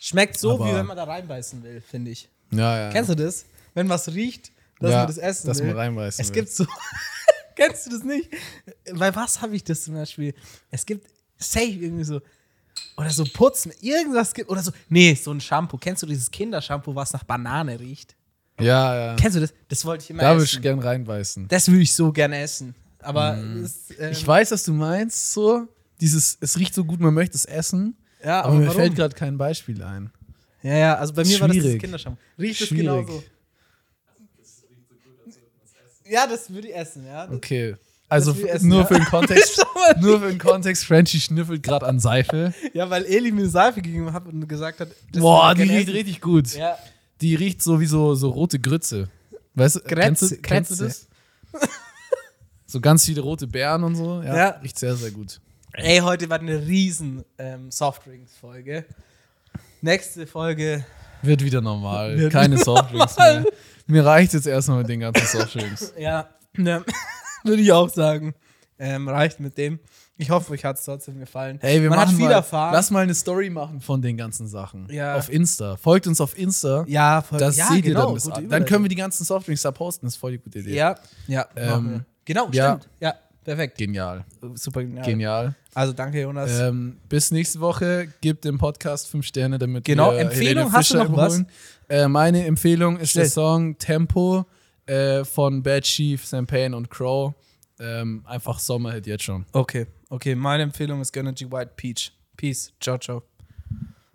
S2: Schmeckt so,
S1: Aber-
S2: wie wenn man da reinbeißen will, finde ich.
S1: Ja, ja.
S2: Kennst du das? Wenn was riecht, dass
S1: Ja,
S2: man das essen
S1: dass
S2: will.
S1: man reinbeißen
S2: Es
S1: will.
S2: gibt so. <laughs> kennst du das nicht? Bei was habe ich das zum Beispiel? Es gibt safe irgendwie so. Oder so putzen, irgendwas gibt. Oder so. Nee, so ein Shampoo. Kennst du dieses Kindershampoo, was nach Banane riecht?
S1: Ja, ja.
S2: Kennst du das? Das wollte ich immer
S1: Da würde ich
S2: essen.
S1: gern reinbeißen.
S2: Das würde ich so gerne essen. Aber das, ähm,
S1: Mm. Ich weiß, was du meinst, so. Dieses, es riecht so gut, man möchte es essen.
S2: ja,
S1: Aber mir
S2: Ah, warum?
S1: fällt gerade kein Beispiel ein.
S2: Ja, ja, also bei mir war das das
S1: Schwierig.
S2: Kindershampoo. Riecht es
S1: Schwierig.
S2: genauso. Ja, das würde ich essen, ja. Das,
S1: Okay. Also
S2: wir
S1: f-
S2: essen,
S1: nur
S2: ja.
S1: für den
S2: <laughs>
S1: Kontext,
S2: Schau mal.
S1: nur für den Kontext, Frenchie schnüffelt gerade an Seife.
S2: Ja, weil Eli mir Seife gegeben hat und gesagt hat, das
S1: Boah,
S2: würde
S1: die
S2: ich gerne
S1: riecht richtig gut.
S2: essen. Ja,
S1: Die riecht so wie so, so rote Grütze. Weißt du, kennst du,
S2: Grätze,
S1: kennst du das?
S2: Grätze.
S1: so ganz viele rote Beeren und so. Ja,
S2: Ja.
S1: Riecht sehr, sehr gut.
S2: Ey, heute war eine riesen ähm, Softdrinks-Folge. Nächste Folge.
S1: Wird wieder normal.
S2: Wird
S1: Keine Softdrinks mehr. Mir reicht jetzt erstmal mit den ganzen Softdrinks.
S2: Ja, ne, <laughs> würde ich auch sagen. Ähm, reicht mit dem. Ich hoffe, euch hat es trotzdem gefallen.
S1: <laughs> Hey, wir
S2: Man
S1: machen
S2: hat viel
S1: mal,
S2: erfahren.
S1: Lass mal eine Story machen von den ganzen Sachen.
S2: Ja.
S1: Auf Insta. Folgt uns auf Insta.
S2: ja, voll,
S1: Das
S2: ja,
S1: seht ihr dann.
S2: genau,
S1: bis
S2: gute
S1: an. Dann können wir
S2: Überleitung.
S1: die ganzen Softdrinks da posten. Das ist voll die gute Idee.
S2: Ja, ja, machen
S1: Ähm,
S2: wir. genau,
S1: ja.
S2: stimmt. Ja, perfekt.
S1: Genial.
S2: Super genial.
S1: Genial.
S2: Also danke, Jonas.
S1: Ähm, bis nächste Woche. Gebt dem Podcast fünf Sterne, damit
S2: Genau.
S1: wir
S2: Empfehlung,
S1: Helene
S2: hast du
S1: Fischer
S2: noch was?
S1: überholen. Äh, meine Empfehlung ist
S2: Schnell.
S1: der Song Tempo äh, von Bad Chief, Sam Payne und Crow. Ähm, einfach Sommerhit jetzt schon.
S2: Okay, okay, meine Empfehlung ist Gönnergy White Peach. Peace, ciao, ciao.